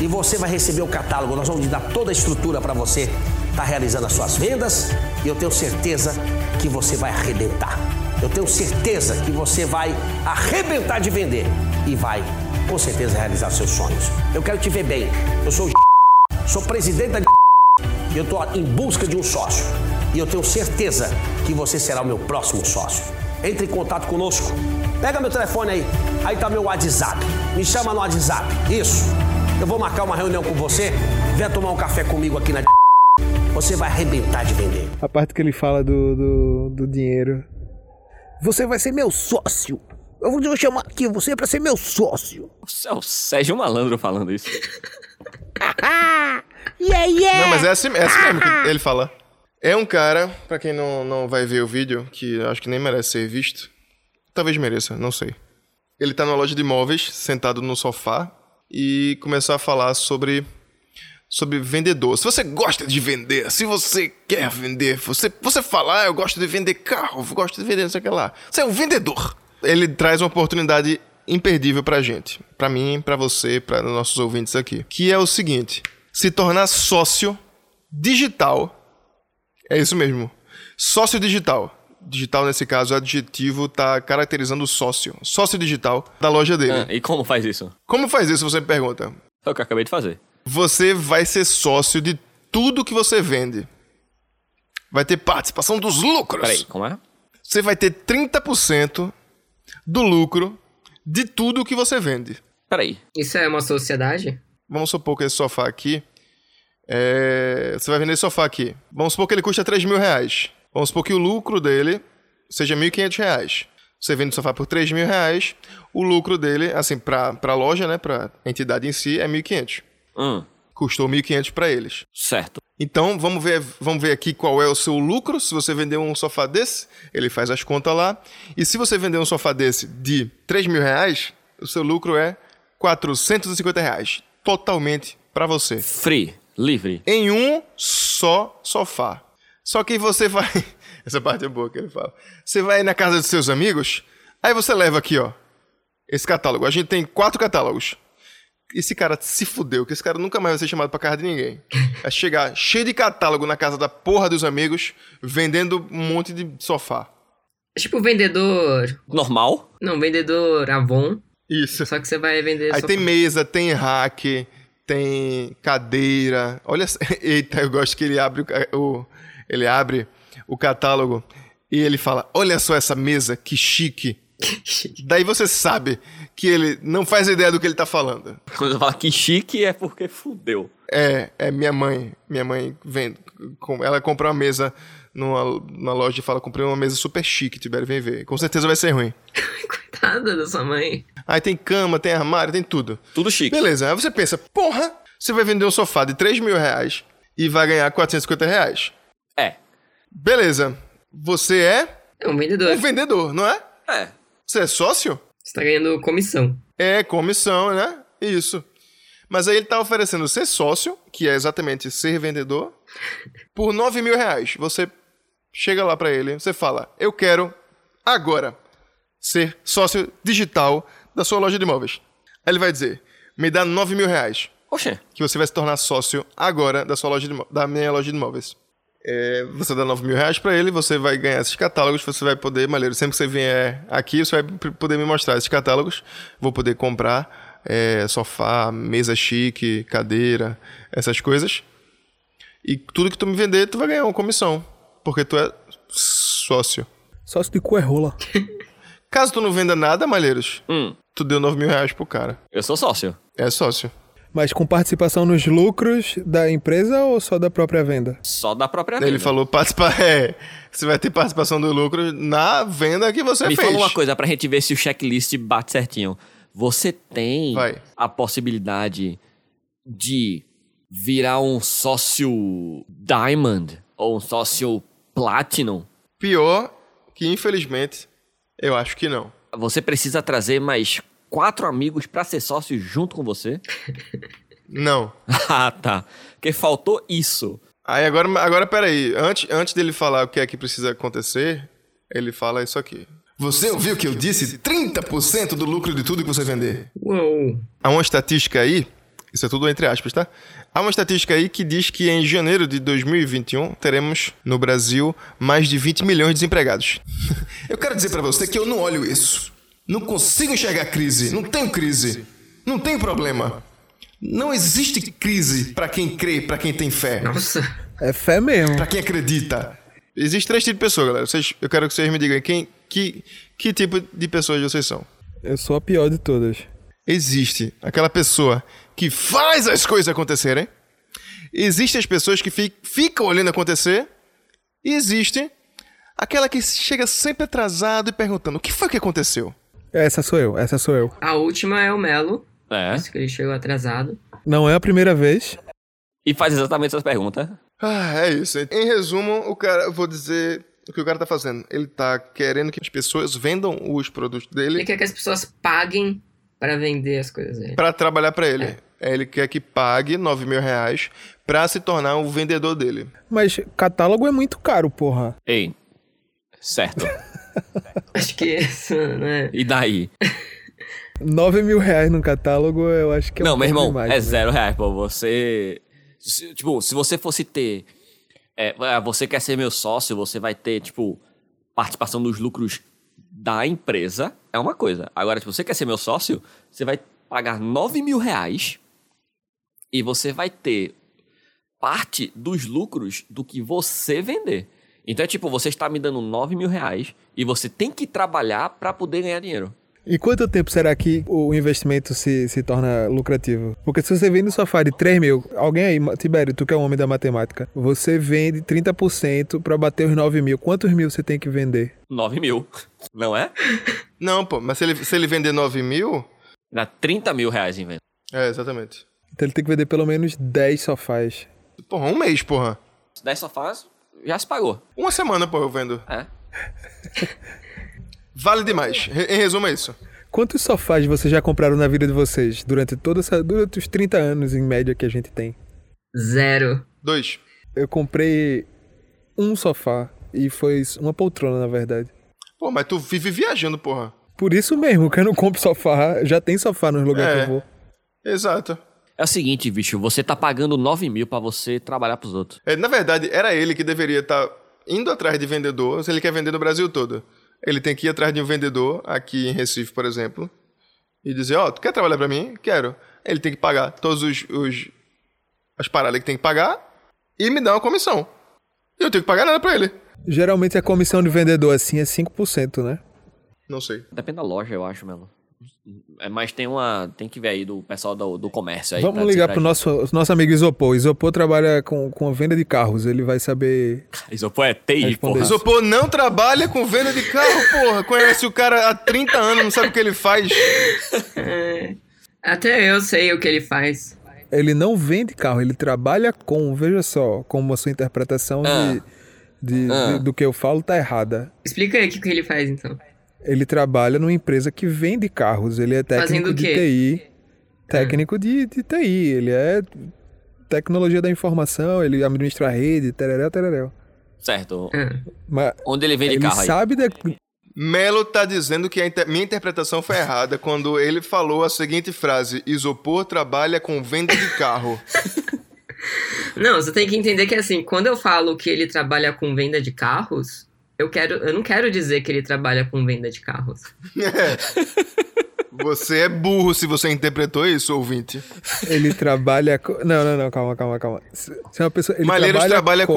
K: E você vai receber o catálogo, nós vamos lhe dar toda a estrutura para você estar realizando as suas vendas e eu tenho certeza que você vai arrebentar. Eu tenho certeza que você vai arrebentar de vender e vai, com certeza, realizar seus sonhos. Eu quero te ver bem. Eu sou o Sou presidente da e eu estou em busca de um sócio. E eu tenho certeza que você será o meu próximo sócio. Entre em contato conosco. Pega meu telefone aí. Aí tá meu WhatsApp. Me chama no WhatsApp. Isso. Eu vou marcar uma reunião com você. Venha tomar um café comigo aqui na Você vai arrebentar de vender.
E: A parte que ele fala do, do, do dinheiro. Você vai ser meu sócio. Eu vou- eu vou chamar aqui você para ser meu sócio.
C: Nossa, É o Sérgio Malandro falando isso.
A: Não, mas é assim, é assim mesmo que ele fala. É um cara, pra quem não, não vai ver o vídeo, que eu acho que nem merece ser visto. Talvez mereça, não sei. Ele tá numa loja de imóveis, sentado no sofá, e começou a falar sobre. Sobre vendedor. Se você gosta de vender, se você quer vender, você, você fala, ah, eu gosto de vender carro, eu gosto de vender, não sei o que lá. Você é um vendedor. ele traz uma oportunidade imperdível pra gente. Pra mim, pra você, pra nossos ouvintes aqui. Que é o seguinte: se tornar sócio digital. É isso mesmo. Sócio digital. Digital, nesse caso, o adjetivo tá caracterizando o sócio. Sócio digital da loja dele.
C: Ah, e como faz isso?
A: Como faz isso, você me pergunta?
C: É o que eu acabei de fazer.
A: Você vai ser sócio de tudo que você vende. Vai ter participação dos lucros.
C: Peraí, como é?
A: Você vai ter 30% do lucro de tudo que você vende.
C: Peraí.
D: Isso é uma sociedade?
A: Vamos supor que esse sofá aqui. é, Você vai vender esse sofá aqui. Vamos supor que ele custa 3 mil reais. Vamos supor que o lucro dele seja 1.500 reais. Você vende o sofá por 3 mil reais. O lucro dele, assim, pra, pra loja, né? Pra entidade em si, é 1.500.
C: Hum,
A: Custou 1.500 pra eles.
C: certo.
A: Então, vamos ver, vamos ver aqui qual é o seu lucro. Se você vender um sofá desse, ele faz as contas lá. E se você vender um sofá desse de 3 mil reais, o seu lucro é 450 reais. Totalmente pra você.
C: Free, livre.
A: Em um só sofá. Só que você vai. Essa parte é boa que ele fala. Você vai na casa dos seus amigos, aí você leva aqui, ó. Esse catálogo. A gente tem quatro catálogos. Esse cara se fudeu, que esse cara nunca mais vai ser chamado pra casa de ninguém. É chegar cheio de catálogo na casa da porra dos amigos, vendendo um monte de sofá.
D: É tipo vendedor.
C: Normal?
D: Não, vendedor Avon.
A: Isso.
D: Só que você vai vender.
A: Aí
D: só
A: tem
D: pra-
A: mesa, tem rack, tem cadeira. Olha, essa- eita, eu gosto que ele abre o, ca- o- ele abre o catálogo e ele fala: "Olha só essa mesa, que chique". Daí você sabe que ele não faz ideia do que ele tá falando.
C: Quando eu falo que chique é porque fudeu.
A: É, é minha mãe. Minha mãe vem. com- Ela comprou uma mesa numa, numa loja e fala: comprei uma mesa super chique, Tibério, vem ver. Com certeza vai ser ruim.
D: Nada da sua mãe.
A: Aí tem cama, tem armário, tem tudo.
C: Tudo chique.
A: Beleza, aí você pensa, porra, você vai vender um sofá de 3 mil reais e vai ganhar 450 reais.
C: É.
A: Beleza, você é
D: É um vendedor.
A: um vendedor, não é?
C: É.
A: Você é sócio?
D: Você tá ganhando comissão.
A: É, comissão, né? Isso. Mas aí ele tá oferecendo ser sócio, que é exatamente ser vendedor, por 9 mil reais. Você chega lá pra ele, você fala, eu quero, agora, ser sócio digital da sua loja de imóveis. Aí ele vai dizer, me dá 9 mil reais.
C: Oxê.
A: que você vai se tornar sócio agora da sua loja de imó- da minha loja de imóveis. É, você dá 9 mil reais pra ele, você vai ganhar esses catálogos, você vai poder, Malheiro, sempre que você vier aqui, você vai p- poder me mostrar esses catálogos, vou poder comprar é, sofá, mesa chique, cadeira, essas coisas. E tudo que tu me vender, tu vai ganhar uma comissão, porque tu é sócio.
B: Sócio de
E: é
B: Cuerrola.
A: Caso tu não venda nada, Malheiros,
C: Hum,
A: tu deu 9 mil reais pro cara.
C: eu sou sócio.
A: É sócio.
E: Mas com participação nos lucros da empresa ou só da própria venda?
C: Só da própria
A: Ele
C: venda.
A: falou, participa, é, você vai ter participação do lucro na venda que você
C: Me
A: Tá fez.
C: fala uma coisa pra gente ver se o checklist bate certinho. Você tem
A: Vai.
C: a possibilidade de virar um sócio Diamond ou um sócio Platinum?
A: Pior que, infelizmente, eu acho que não.
C: Você precisa trazer mais quatro amigos pra ser sócio junto com você?
A: Não.
C: ah, tá. Porque faltou isso.
A: Aí agora, agora peraí, antes, antes dele falar o que é que precisa acontecer, ele fala isso aqui. Você ouviu o que eu disse? 30% do lucro de tudo que você vender.
D: Uou.
A: Há uma estatística aí, isso é tudo entre aspas, tá? Há uma estatística aí que diz que em janeiro de 2021 teremos no Brasil mais de 20 milhões de desempregados. eu quero dizer pra você que eu não olho isso. Não consigo enxergar crise, não tenho crise, não tenho problema. Não existe crise pra quem crê, pra quem tem fé.
D: Nossa.
E: É fé mesmo.
A: Pra quem acredita. Existem três tipos de pessoa, galera. Vocês- eu quero que vocês me digam quem, que, que tipo de pessoas vocês são.
E: Eu sou a pior de todas.
A: Existe aquela pessoa que faz as coisas acontecerem. Existem as pessoas que fi- ficam olhando acontecer. E existe aquela que chega sempre atrasado e perguntando: o que foi que aconteceu?
E: Essa sou eu, essa sou eu.
D: A última é o Melo.
C: É.
D: Isso que ele chegou atrasado.
E: Não é a primeira vez.
C: E faz exatamente essa pergunta.
A: Ah, é isso. Em resumo, o cara, eu vou dizer o que o cara tá fazendo. Ele tá querendo que as pessoas vendam os produtos dele
D: Ele quer que as pessoas paguem pra vender as coisas dele.
A: Pra trabalhar pra ele. Ele quer que pague 9 mil reais pra se tornar um vendedor dele.
E: Mas catálogo é muito caro, porra.
C: Ei. Certo.
D: Acho que isso, né?
C: E daí?
E: 9 mil reais no catálogo, eu acho que é
C: não,
E: um
C: meu
E: pouco
C: irmão,
E: demais,
C: é
E: né?
C: zero reais, pô. Você. se- tipo, se você fosse ter. é, ah, você quer ser meu sócio, você vai ter, tipo, participação dos lucros da empresa, é uma coisa. Agora, se você quer ser meu sócio, você vai pagar 9 mil reais e você vai ter parte dos lucros do que você vender. Então é tipo, você está me dando 9 mil reais e você tem que trabalhar para poder ganhar dinheiro.
E: Em quanto tempo será que o investimento se, se torna lucrativo? Porque se você vende um sofá de 3 mil, alguém aí, Ma- Tibério, tu que é um homem da matemática, você vende 30% pra bater os 9 mil. Quantos mil você tem que vender?
C: 9 mil, não é?
A: Não, pô, mas se ele, se ele vender 9 mil.
C: Dá 30 mil reais em venda.
A: É, exatamente.
E: Então ele tem que vender pelo menos 10 sofás.
A: Porra, um mês, porra.
C: 10 sofás, já se pagou.
A: Uma semana, pô, eu vendo.
C: É.
A: Vale demais. Re- em resumo, é isso.
E: Quantos sofás vocês já compraram na vida de vocês durante toda essa, durante os 30 anos em média que a gente tem?
D: Zero.
A: Dois.
E: Eu comprei um sofá e foi uma poltrona, na verdade.
A: Pô, mas tu vive viajando, porra.
E: Por isso mesmo que eu não compro sofá, já tem sofá nos lugares
A: É.
E: que eu vou.
A: Exato.
C: É o seguinte, bicho, você tá pagando 9 mil pra você trabalhar pros outros.
A: É, na verdade, era ele que deveria estar indo atrás de vendedor se ele quer vender no Brasil todo. Ele tem que ir atrás de um vendedor, aqui em Recife, por exemplo, e dizer, ó, tu quer trabalhar pra mim? Quero. Ele tem que pagar todos os, os- as paradas que tem que pagar e me dar uma comissão. E eu tenho que pagar nada pra ele.
E: Geralmente a comissão de vendedor assim é 5%, né?
A: Não sei.
C: Depende da loja, eu acho, mano. É, mas tem uma. Tem que ver aí do pessoal do, do comércio aí. tá pra
E: Vamos ligar
C: dizer
E: pro nosso, nosso amigo Isopor. Isopor trabalha com, com a venda de carros, ele vai saber.
C: gente. Isopor é TI,
E: Responder
C: porra.
E: isso.
A: Isopor não trabalha com venda de carro, porra. Conhece o cara há 30 anos, não sabe o que ele faz.
D: Até eu sei o que ele faz.
E: Ele não vende carro, ele trabalha com, veja só, como a sua interpretação de-
C: Ah.
E: de-
C: Ah.
E: de, do que eu falo tá errada.
D: Explica aí o que, que ele faz, então.
E: Ele trabalha numa empresa que vende carros. Ele é
D: Fazendo
E: técnico
D: o
E: de
D: quê?
E: TI.
C: Hum.
E: Técnico de, de TI. Ele é tecnologia da informação, ele administra a rede, tereréu, tereréu.
C: Certo.
D: Ah,
E: Mas
C: Onde ele vende
E: ele
C: carro aí?
E: sabe da...
A: Melo tá dizendo que a inter- minha interpretação foi errada quando ele falou a seguinte frase: Isopor trabalha com venda de carro.
D: Não, você tem que entender que assim, quando eu falo que ele trabalha com venda de carros, eu quero, eu não quero dizer que ele trabalha com venda de carros.
A: Você é burro se você interpretou isso, ouvinte.
E: Ele trabalha... co- Não, não, não, calma, calma, calma. Se se é uma pessoa... Ele
A: Malheiros trabalha, com...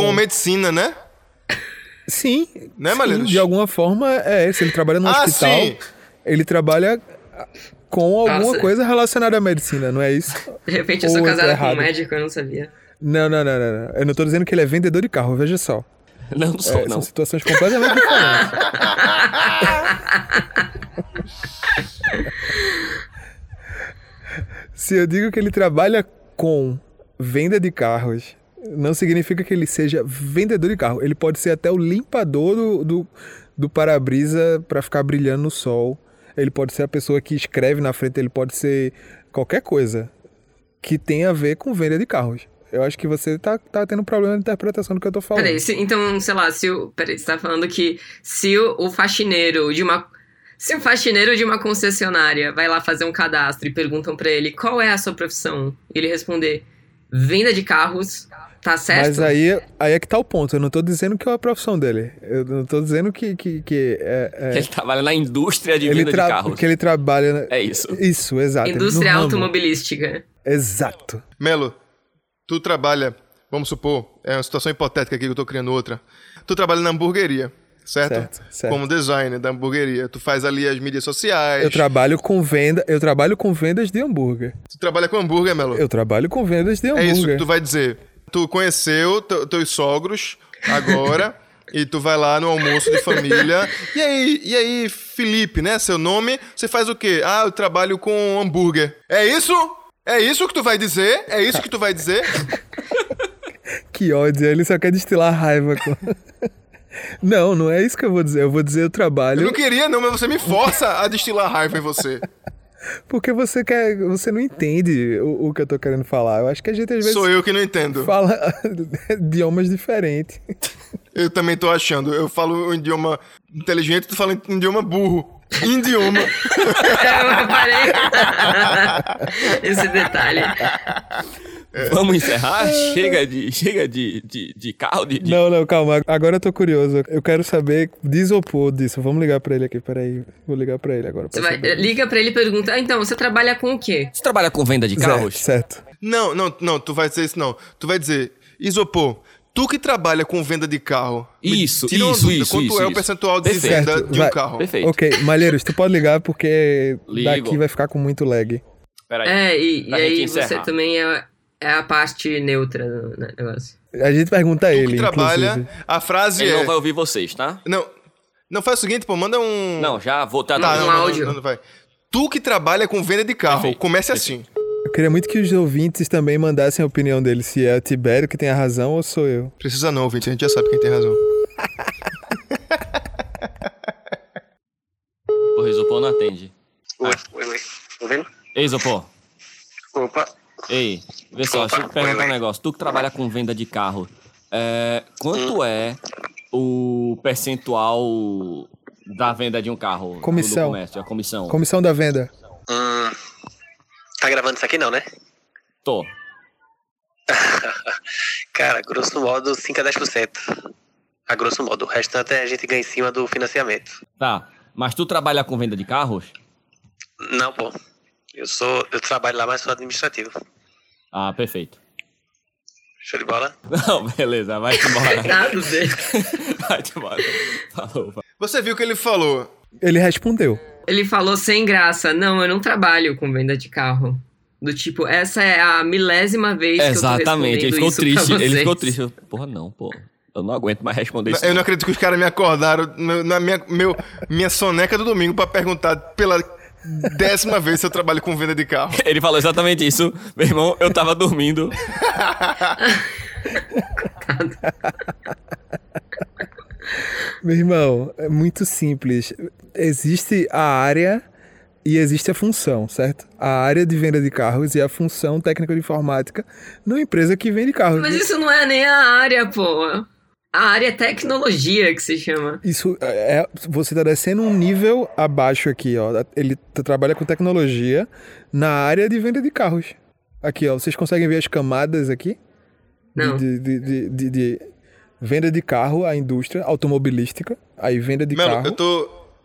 A: medicina,
E: medicina.
A: né?
E: Sim.
A: Né,
E: sim,
A: Malheiros?
E: De alguma forma, é. Se ele trabalha num
A: Ah,
E: hospital,
A: sim.
E: ele trabalha com alguma
D: Nossa.
E: coisa relacionada à medicina, não é isso?
D: De repente eu
E: Ou
D: sou
E: eu tô
D: casada com um
E: errado.
D: médico, eu não sabia.
E: Não, não, não, não, não. Eu não tô dizendo que ele é vendedor de carro, veja só.
C: Não, não sou,
E: É,
C: não.
E: São situações completamente diferentes. Se eu digo que ele trabalha com venda de carros, não significa que ele seja vendedor de carro. Ele pode ser até o limpador do, do, do para-brisa para ficar brilhando no sol. Ele pode ser a pessoa que escreve na frente, ele pode ser qualquer coisa que tenha a ver com venda de carros. Eu acho que você tá, tá tendo problema de interpretação do que eu tô falando.
D: Peraí, se- então, sei lá, se o. Peraí, você tá falando que se o, o faxineiro de uma. Se o faxineiro de uma concessionária vai lá fazer um cadastro e perguntam pra ele qual é a sua profissão, e ele responder venda de carros, tá certo?
E: Mas aí, aí é que tá o ponto. Eu não tô dizendo que é a profissão dele. Eu não tô dizendo que, que, que é- é-
C: Ele trabalha na indústria de
E: ele
C: venda de
E: tra-
C: carros.
E: que ele trabalha. na-
C: É isso.
E: Isso, exato. ele- no
D: Indústria
E: ramo.
D: automobilística.
E: Exato.
A: Melo, tu trabalha, vamos supor, é uma situação hipotética aqui que eu tô criando outra. Tu trabalha na hamburgueria, certo?
E: Certo, certo.
A: Como designer da hamburgueria. Tu faz ali as mídias sociais.
E: Eu trabalho com venda. Eu trabalho com vendas de hambúrguer.
A: Tu trabalha com hambúrguer, Melo.
E: Eu trabalho com vendas de
A: É
E: hambúrguer.
A: isso que tu vai dizer. Tu conheceu te- teus sogros agora e tu vai lá no almoço de família. E aí, e aí, Felipe, né? Seu nome, você faz o quê? Ah, eu trabalho com hambúrguer. É isso? É isso que tu vai dizer? É isso que tu vai dizer?
E: Que ódio. Ele só quer destilar raiva. com- não, não é isso que eu vou dizer. Eu vou dizer eu
A: Eu
E: trabalho.
A: não queria, não, mas você me força a destilar raiva em você.
E: Porque você quer. Você não entende o, o que eu tô querendo falar. Eu acho que a gente às vezes.
A: Sou eu que não entendo.
E: Fala idiomas diferentes.
A: Eu também tô achando. Eu falo um idioma inteligente, tu fala um idioma burro. Indioma.
D: Eu reparei esse detalhe.
C: Vamos encerrar? chega de, chega de, de, de carro, de, de-
E: Não, não, calma. Agora eu tô curioso. Eu quero saber de isopor disso. Vamos ligar pra ele aqui. Peraí. Vou ligar pra ele agora. pra
D: Você vai-
E: saber.
D: liga pra ele e pergunta: ah, então, você trabalha com o quê?
C: Você trabalha com venda de carros?
E: Certo.
A: Não, não, não, tu vai dizer isso não. Tu vai dizer, Isopor, tu que trabalha com venda de carro. me
C: Isso,
A: tira uma
C: isso,
A: dúvida,
C: isso,
A: Quanto
C: isso,
A: é o
C: isso.
A: percentual de
C: Perfeito.
A: venda de um
E: vai.
A: carro?
C: Perfeito.
E: Ok, Malheiros, tu pode ligar porque
C: Ligo.
E: daqui vai ficar com muito lag.
C: Peraí.
D: É, e, e
C: Pra gente
D: aí
C: encerrar.
D: você também é, é a parte neutra do ne- negócio.
E: A gente pergunta a
A: Tu que
E: ele,
A: trabalha,
E: inclusive.
A: a frase
C: Ele
A: é...
C: não vai ouvir vocês, tá?
A: Não, não, faz o seguinte, pô, manda um...
C: Não, já vou tá,
A: Tá,
C: tá.
A: não,
D: um
A: não,
D: áudio.
A: não, não vai. Tu que trabalha com venda de carro,
C: Perfeito,
A: comece assim.
E: Eu queria muito que os ouvintes também mandassem a opinião dele, se é o Tibério que tem a razão ou sou eu.
A: Precisa não, ouvinte, a gente já sabe quem tem razão.
C: Porra, Isopor não atende. Ah.
L: Oi, oi, oi. Tá ouvindo?
C: Ei, Isopor.
L: Opa.
C: Ei, vê só, deixa eu te perguntar um negócio. Tu que trabalha com venda de carro, é,
L: Hum.
C: quanto é o percentual da venda de um carro?
E: Comissão.
C: Do comércio, a comissão.
E: Comissão da venda.
L: Hum, tá gravando isso aqui não, né?
C: Tô.
L: Cara, grosso modo, 5 a 10%. A grosso modo. O restante a gente ganha em cima do financiamento.
C: Tá. Mas tu trabalha com venda de carros?
L: Não, pô. Eu sou. Eu trabalho lá, mas sou administrativo.
C: Ah, perfeito.
L: Show de bola?
C: Não, beleza, vai te embora.
D: Nada dele.
C: Vai te embora. Falou.
A: Você viu o que ele falou.
E: Ele respondeu.
D: Ele falou sem graça: não, eu não trabalho com venda de carro. Do tipo, essa é a milésima vez
C: Exatamente,
D: que eu
C: ele
D: tô respondendo
C: ficou
D: isso pra
C: triste. Ele
D: vocês.
C: ficou triste. Eu, Porra, não, pô. Eu não aguento mais responder isso.
A: Eu não
C: não.
A: acredito que os caras me acordaram na na minha, meu, minha soneca do domingo pra perguntar pela décima vez se eu trabalho com venda de carro.
C: Ele falou exatamente isso. Meu irmão, eu tava dormindo.
E: Meu irmão, é muito simples. Existe a área e existe a função, certo? A área de venda de carros e a função técnica de informática numa empresa que vende carros.
D: Mas isso não é nem a área, pô. A área é tecnologia que se chama.
E: Isso é. é- Você tá descendo um nível abaixo aqui, ó. Ele t- trabalha com tecnologia na área de venda de carros. Aqui, ó. Vocês conseguem ver as camadas aqui? De-
D: Não.
E: De, de, de, de- de venda de carro, a indústria automobilística. Aí venda de
A: Mano,
E: carro.
A: eu tô.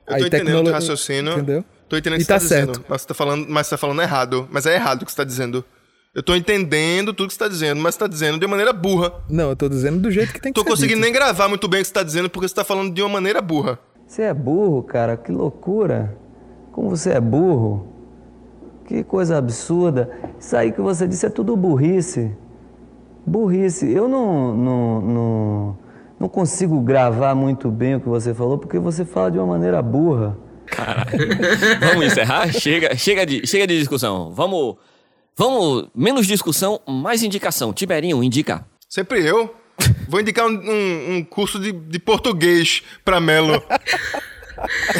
A: Eu
E: aí
A: tô entendendo o
E: tecnolo-
A: teu raciocínio.
E: Entendeu?
A: Tô entendendo o que
E: E
A: você tá,
E: tá
A: dizendo.
E: certo.
A: Mas você tá, falando, mas você tá falando errado. Mas é errado o que você tá dizendo. Eu tô entendendo tudo que você tá dizendo, mas você tá dizendo de uma maneira burra.
E: Não, eu tô dizendo do jeito que tem que
A: Tô
E: ser.
A: conseguindo
E: dito.
A: nem gravar muito bem o que você tá dizendo porque você tá falando de uma maneira burra.
M: Você é burro, cara, que loucura. Como você é burro. Que coisa absurda. Isso aí que você disse é tudo burrice. Burrice. Eu não, não, não, não consigo gravar muito bem o que você falou porque você fala de uma maneira burra.
C: Vamos encerrar? Chega, chega, de, chega de discussão. Vamos. Vamos. Menos discussão, mais indicação. Tiberinho, indica.
A: Sempre eu. Vou indicar um, um- um curso de, de português pra Melo.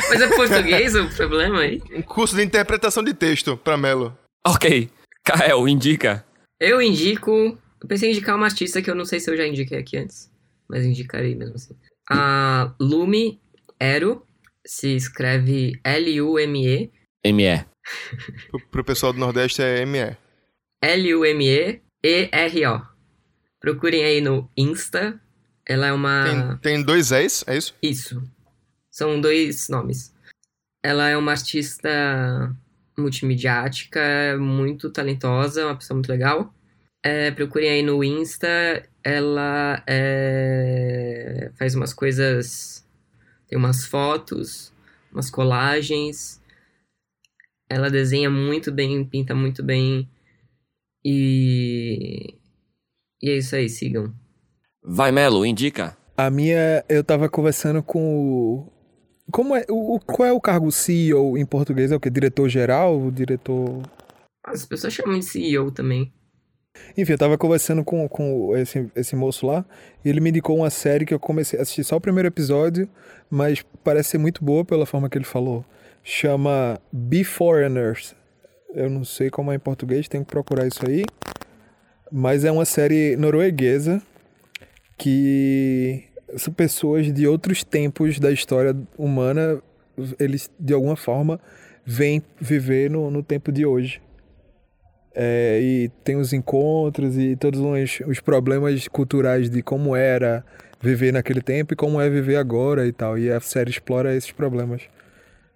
D: Mas é português o problema aí?
A: Um curso de interpretação de texto pra Melo.
C: Ok. Kael, indica.
D: Eu indico. Eu pensei em indicar uma artista que eu não sei se eu já indiquei aqui antes, mas indicarei mesmo assim. A Lume Ero se escreve L-U-M-E.
C: ME.
A: Pro, pro pessoal do Nordeste é ME.
D: L-U-M-E-E-R-O. Procurem aí no Insta. Ela é uma.
A: Tem, tem dois S, é isso?
D: Isso. São dois nomes. Ela é uma artista multimediática, muito talentosa, uma pessoa muito legal. É, procurem aí no Insta, ela é, faz umas coisas, tem umas fotos, umas colagens. Ela desenha muito bem, pinta muito bem. E, e é isso aí, sigam.
C: Vai, Melo, indica.
E: A minha, eu tava conversando com o. Como é, o, o- qual é o cargo CEO em português? É o quê? Diretor geral? Diretor.
D: As pessoas chamam de CEO também.
E: Enfim, eu tava conversando com, com esse, esse moço lá e ele me indicou uma série que eu comecei a assistir só o primeiro episódio, mas parece ser muito boa pela forma que ele falou. Chama Be Foreigners. Eu não sei como é em português, tenho que procurar isso aí. Mas é uma série norueguesa que são pessoas de outros tempos da história humana, eles de alguma forma vêm viver no, no tempo de hoje. É, e tem os encontros e todos os, os problemas culturais de como era viver naquele tempo e como é viver agora e tal. E a série explora esses problemas.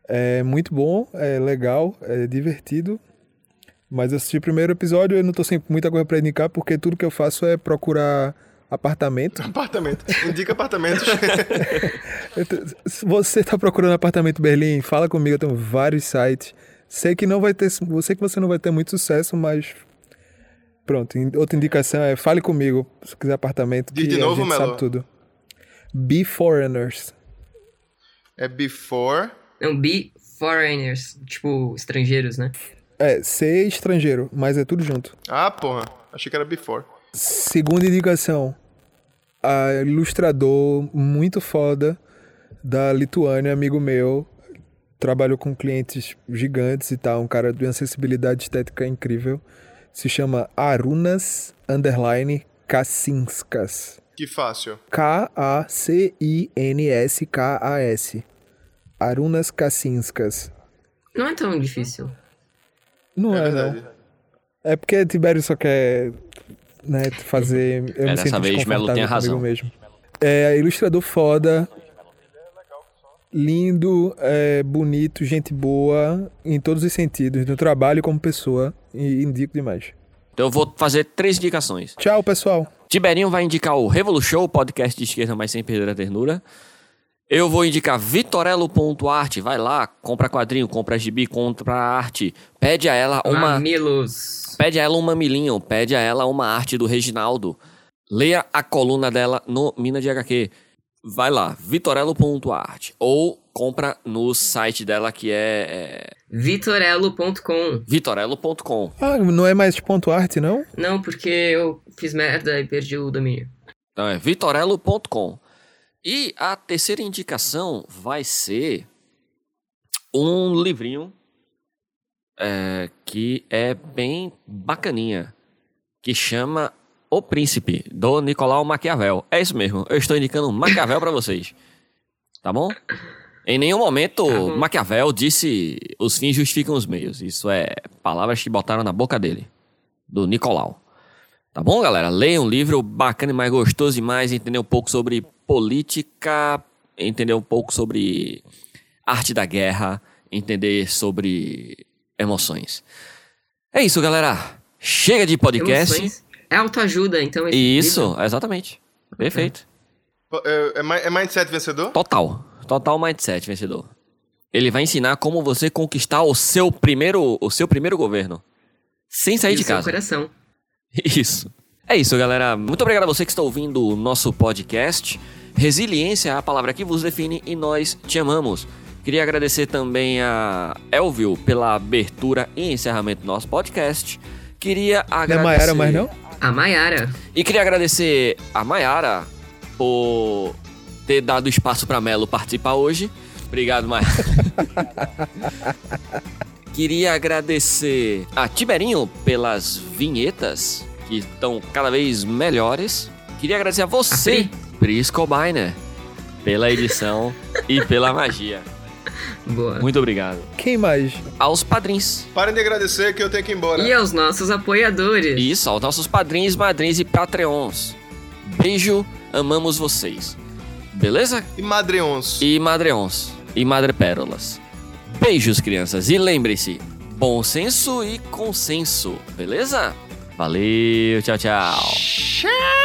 E: É muito bom, é legal, é divertido. Mas assisti o primeiro episódio, eu não tô sem muita coisa pra indicar, porque tudo que eu faço é procurar apartamento.
A: Apartamento. Indica apartamentos.
E: Eu tô- Se você tá procurando apartamento em Berlim, fala comigo, eu tenho vários sites. Sei que não vai ter, eu sei que você não vai ter muito sucesso, mas pronto. in- Outra indicação é fale comigo se quiser apartamento
A: Diz
E: que
A: de novo,
E: a gente
A: Melo.
E: sabe tudo. Be foreigners.
A: É before.
D: Não, be foreigners. Tipo, estrangeiros, né?
E: É, ser estrangeiro, mas é tudo junto.
A: Ah, porra. Achei que era before.
E: Segunda indicação, a ilustrador muito foda da Lituânia, amigo meu, trabalhou com clientes gigantes e tal, um cara de uma sensibilidade estética incrível. Se chama Arunas Underline Kacinskas.
A: Que fácil.
E: K-A-C-I-N-S-K-A-S. Arunas Kacinskas.
D: Não é tão difícil.
E: Não é, não. É porque Tibério só quer né, fazer. Eu
C: É,
E: me
C: dessa
E: sinto
C: vez, Melo tem
E: desconfortável
C: razão.
E: comigo mesmo. É, ilustrador foda. Lindo, é, bonito, gente boa, em todos os sentidos, no trabalho e como pessoa, e indico demais.
C: Então eu vou fazer três indicações.
E: Tchau, pessoal.
C: Tiberinho vai indicar o Revolu Show, podcast de esquerda, mas sem perder a ternura. Eu vou indicar vitorello.arte. Vai lá, compra quadrinho, compra gibi, compra arte. Pede a ela uma.
D: Mamilos.
C: Pede a ela um mamilinho, pede a ela uma arte do Reginaldo. Leia a coluna dela no Mina de HQ. Vai lá, vitorello.arte. Ou compra no site dela que é. é
D: Vitorello.com.
C: vitorello.com.
E: Ah, não é mais ponto arte, não? é
D: Não, porque eu fiz merda e perdi o domínio.
C: Então é vitorello.com. E a terceira indicação vai ser um livrinho é, que é bem bacaninha, que chama O Príncipe, do Nicolau Maquiavel. É isso mesmo, eu estou indicando Maquiavel para vocês. Tá bom? Em nenhum momento Maquiavel disse os fins justificam os meios. Isso é palavras que botaram na boca dele, do Nicolau. Tá bom, galera? Leia um livro bacana e mais gostoso demais, entender um pouco sobre política, entender um pouco sobre arte da guerra, entender sobre emoções. É isso, galera. Chega de podcast.
D: Emoções. É autoajuda, então. esse
C: Isso,
D: livro.
C: exatamente. Perfeito.
A: É, é mi- é mindset vencedor?
C: Total. Total mindset vencedor. Ele vai ensinar como você conquistar o seu primeiro, o seu primeiro governo. Sem sair
D: E o
C: de
D: seu
C: casa.
D: coração.
C: Isso. É isso, galera. Muito obrigado a você que está ouvindo o nosso podcast. Resiliência é a palavra que vos define e nós te amamos. Queria agradecer também a Elvio pela abertura e encerramento do nosso podcast. Queria agradecer.
E: Maiara é mais não?
D: A Maiara.
C: E queria agradecer a Maiara por ter dado espaço para Melo participar hoje. Obrigado, Maiara. Queria agradecer a Tiberinho pelas vinhetas, que estão cada vez melhores. Queria agradecer a você, Pris Cobainer, pela edição e pela magia.
D: Boa.
C: Muito obrigado.
E: Quem mais?
C: Aos padrinhos.
A: Parem de agradecer que eu tenho que ir embora.
D: E aos nossos apoiadores.
C: Isso, aos nossos padrinhos, madrinhas e patreons. Beijo, amamos vocês. Beleza?
A: E madreons.
C: E madreons. E madrepérolas. Beijos, crianças. E lembre-se, bom senso e consenso. Beleza? Valeu, tchau, tchau.
I: Tchau!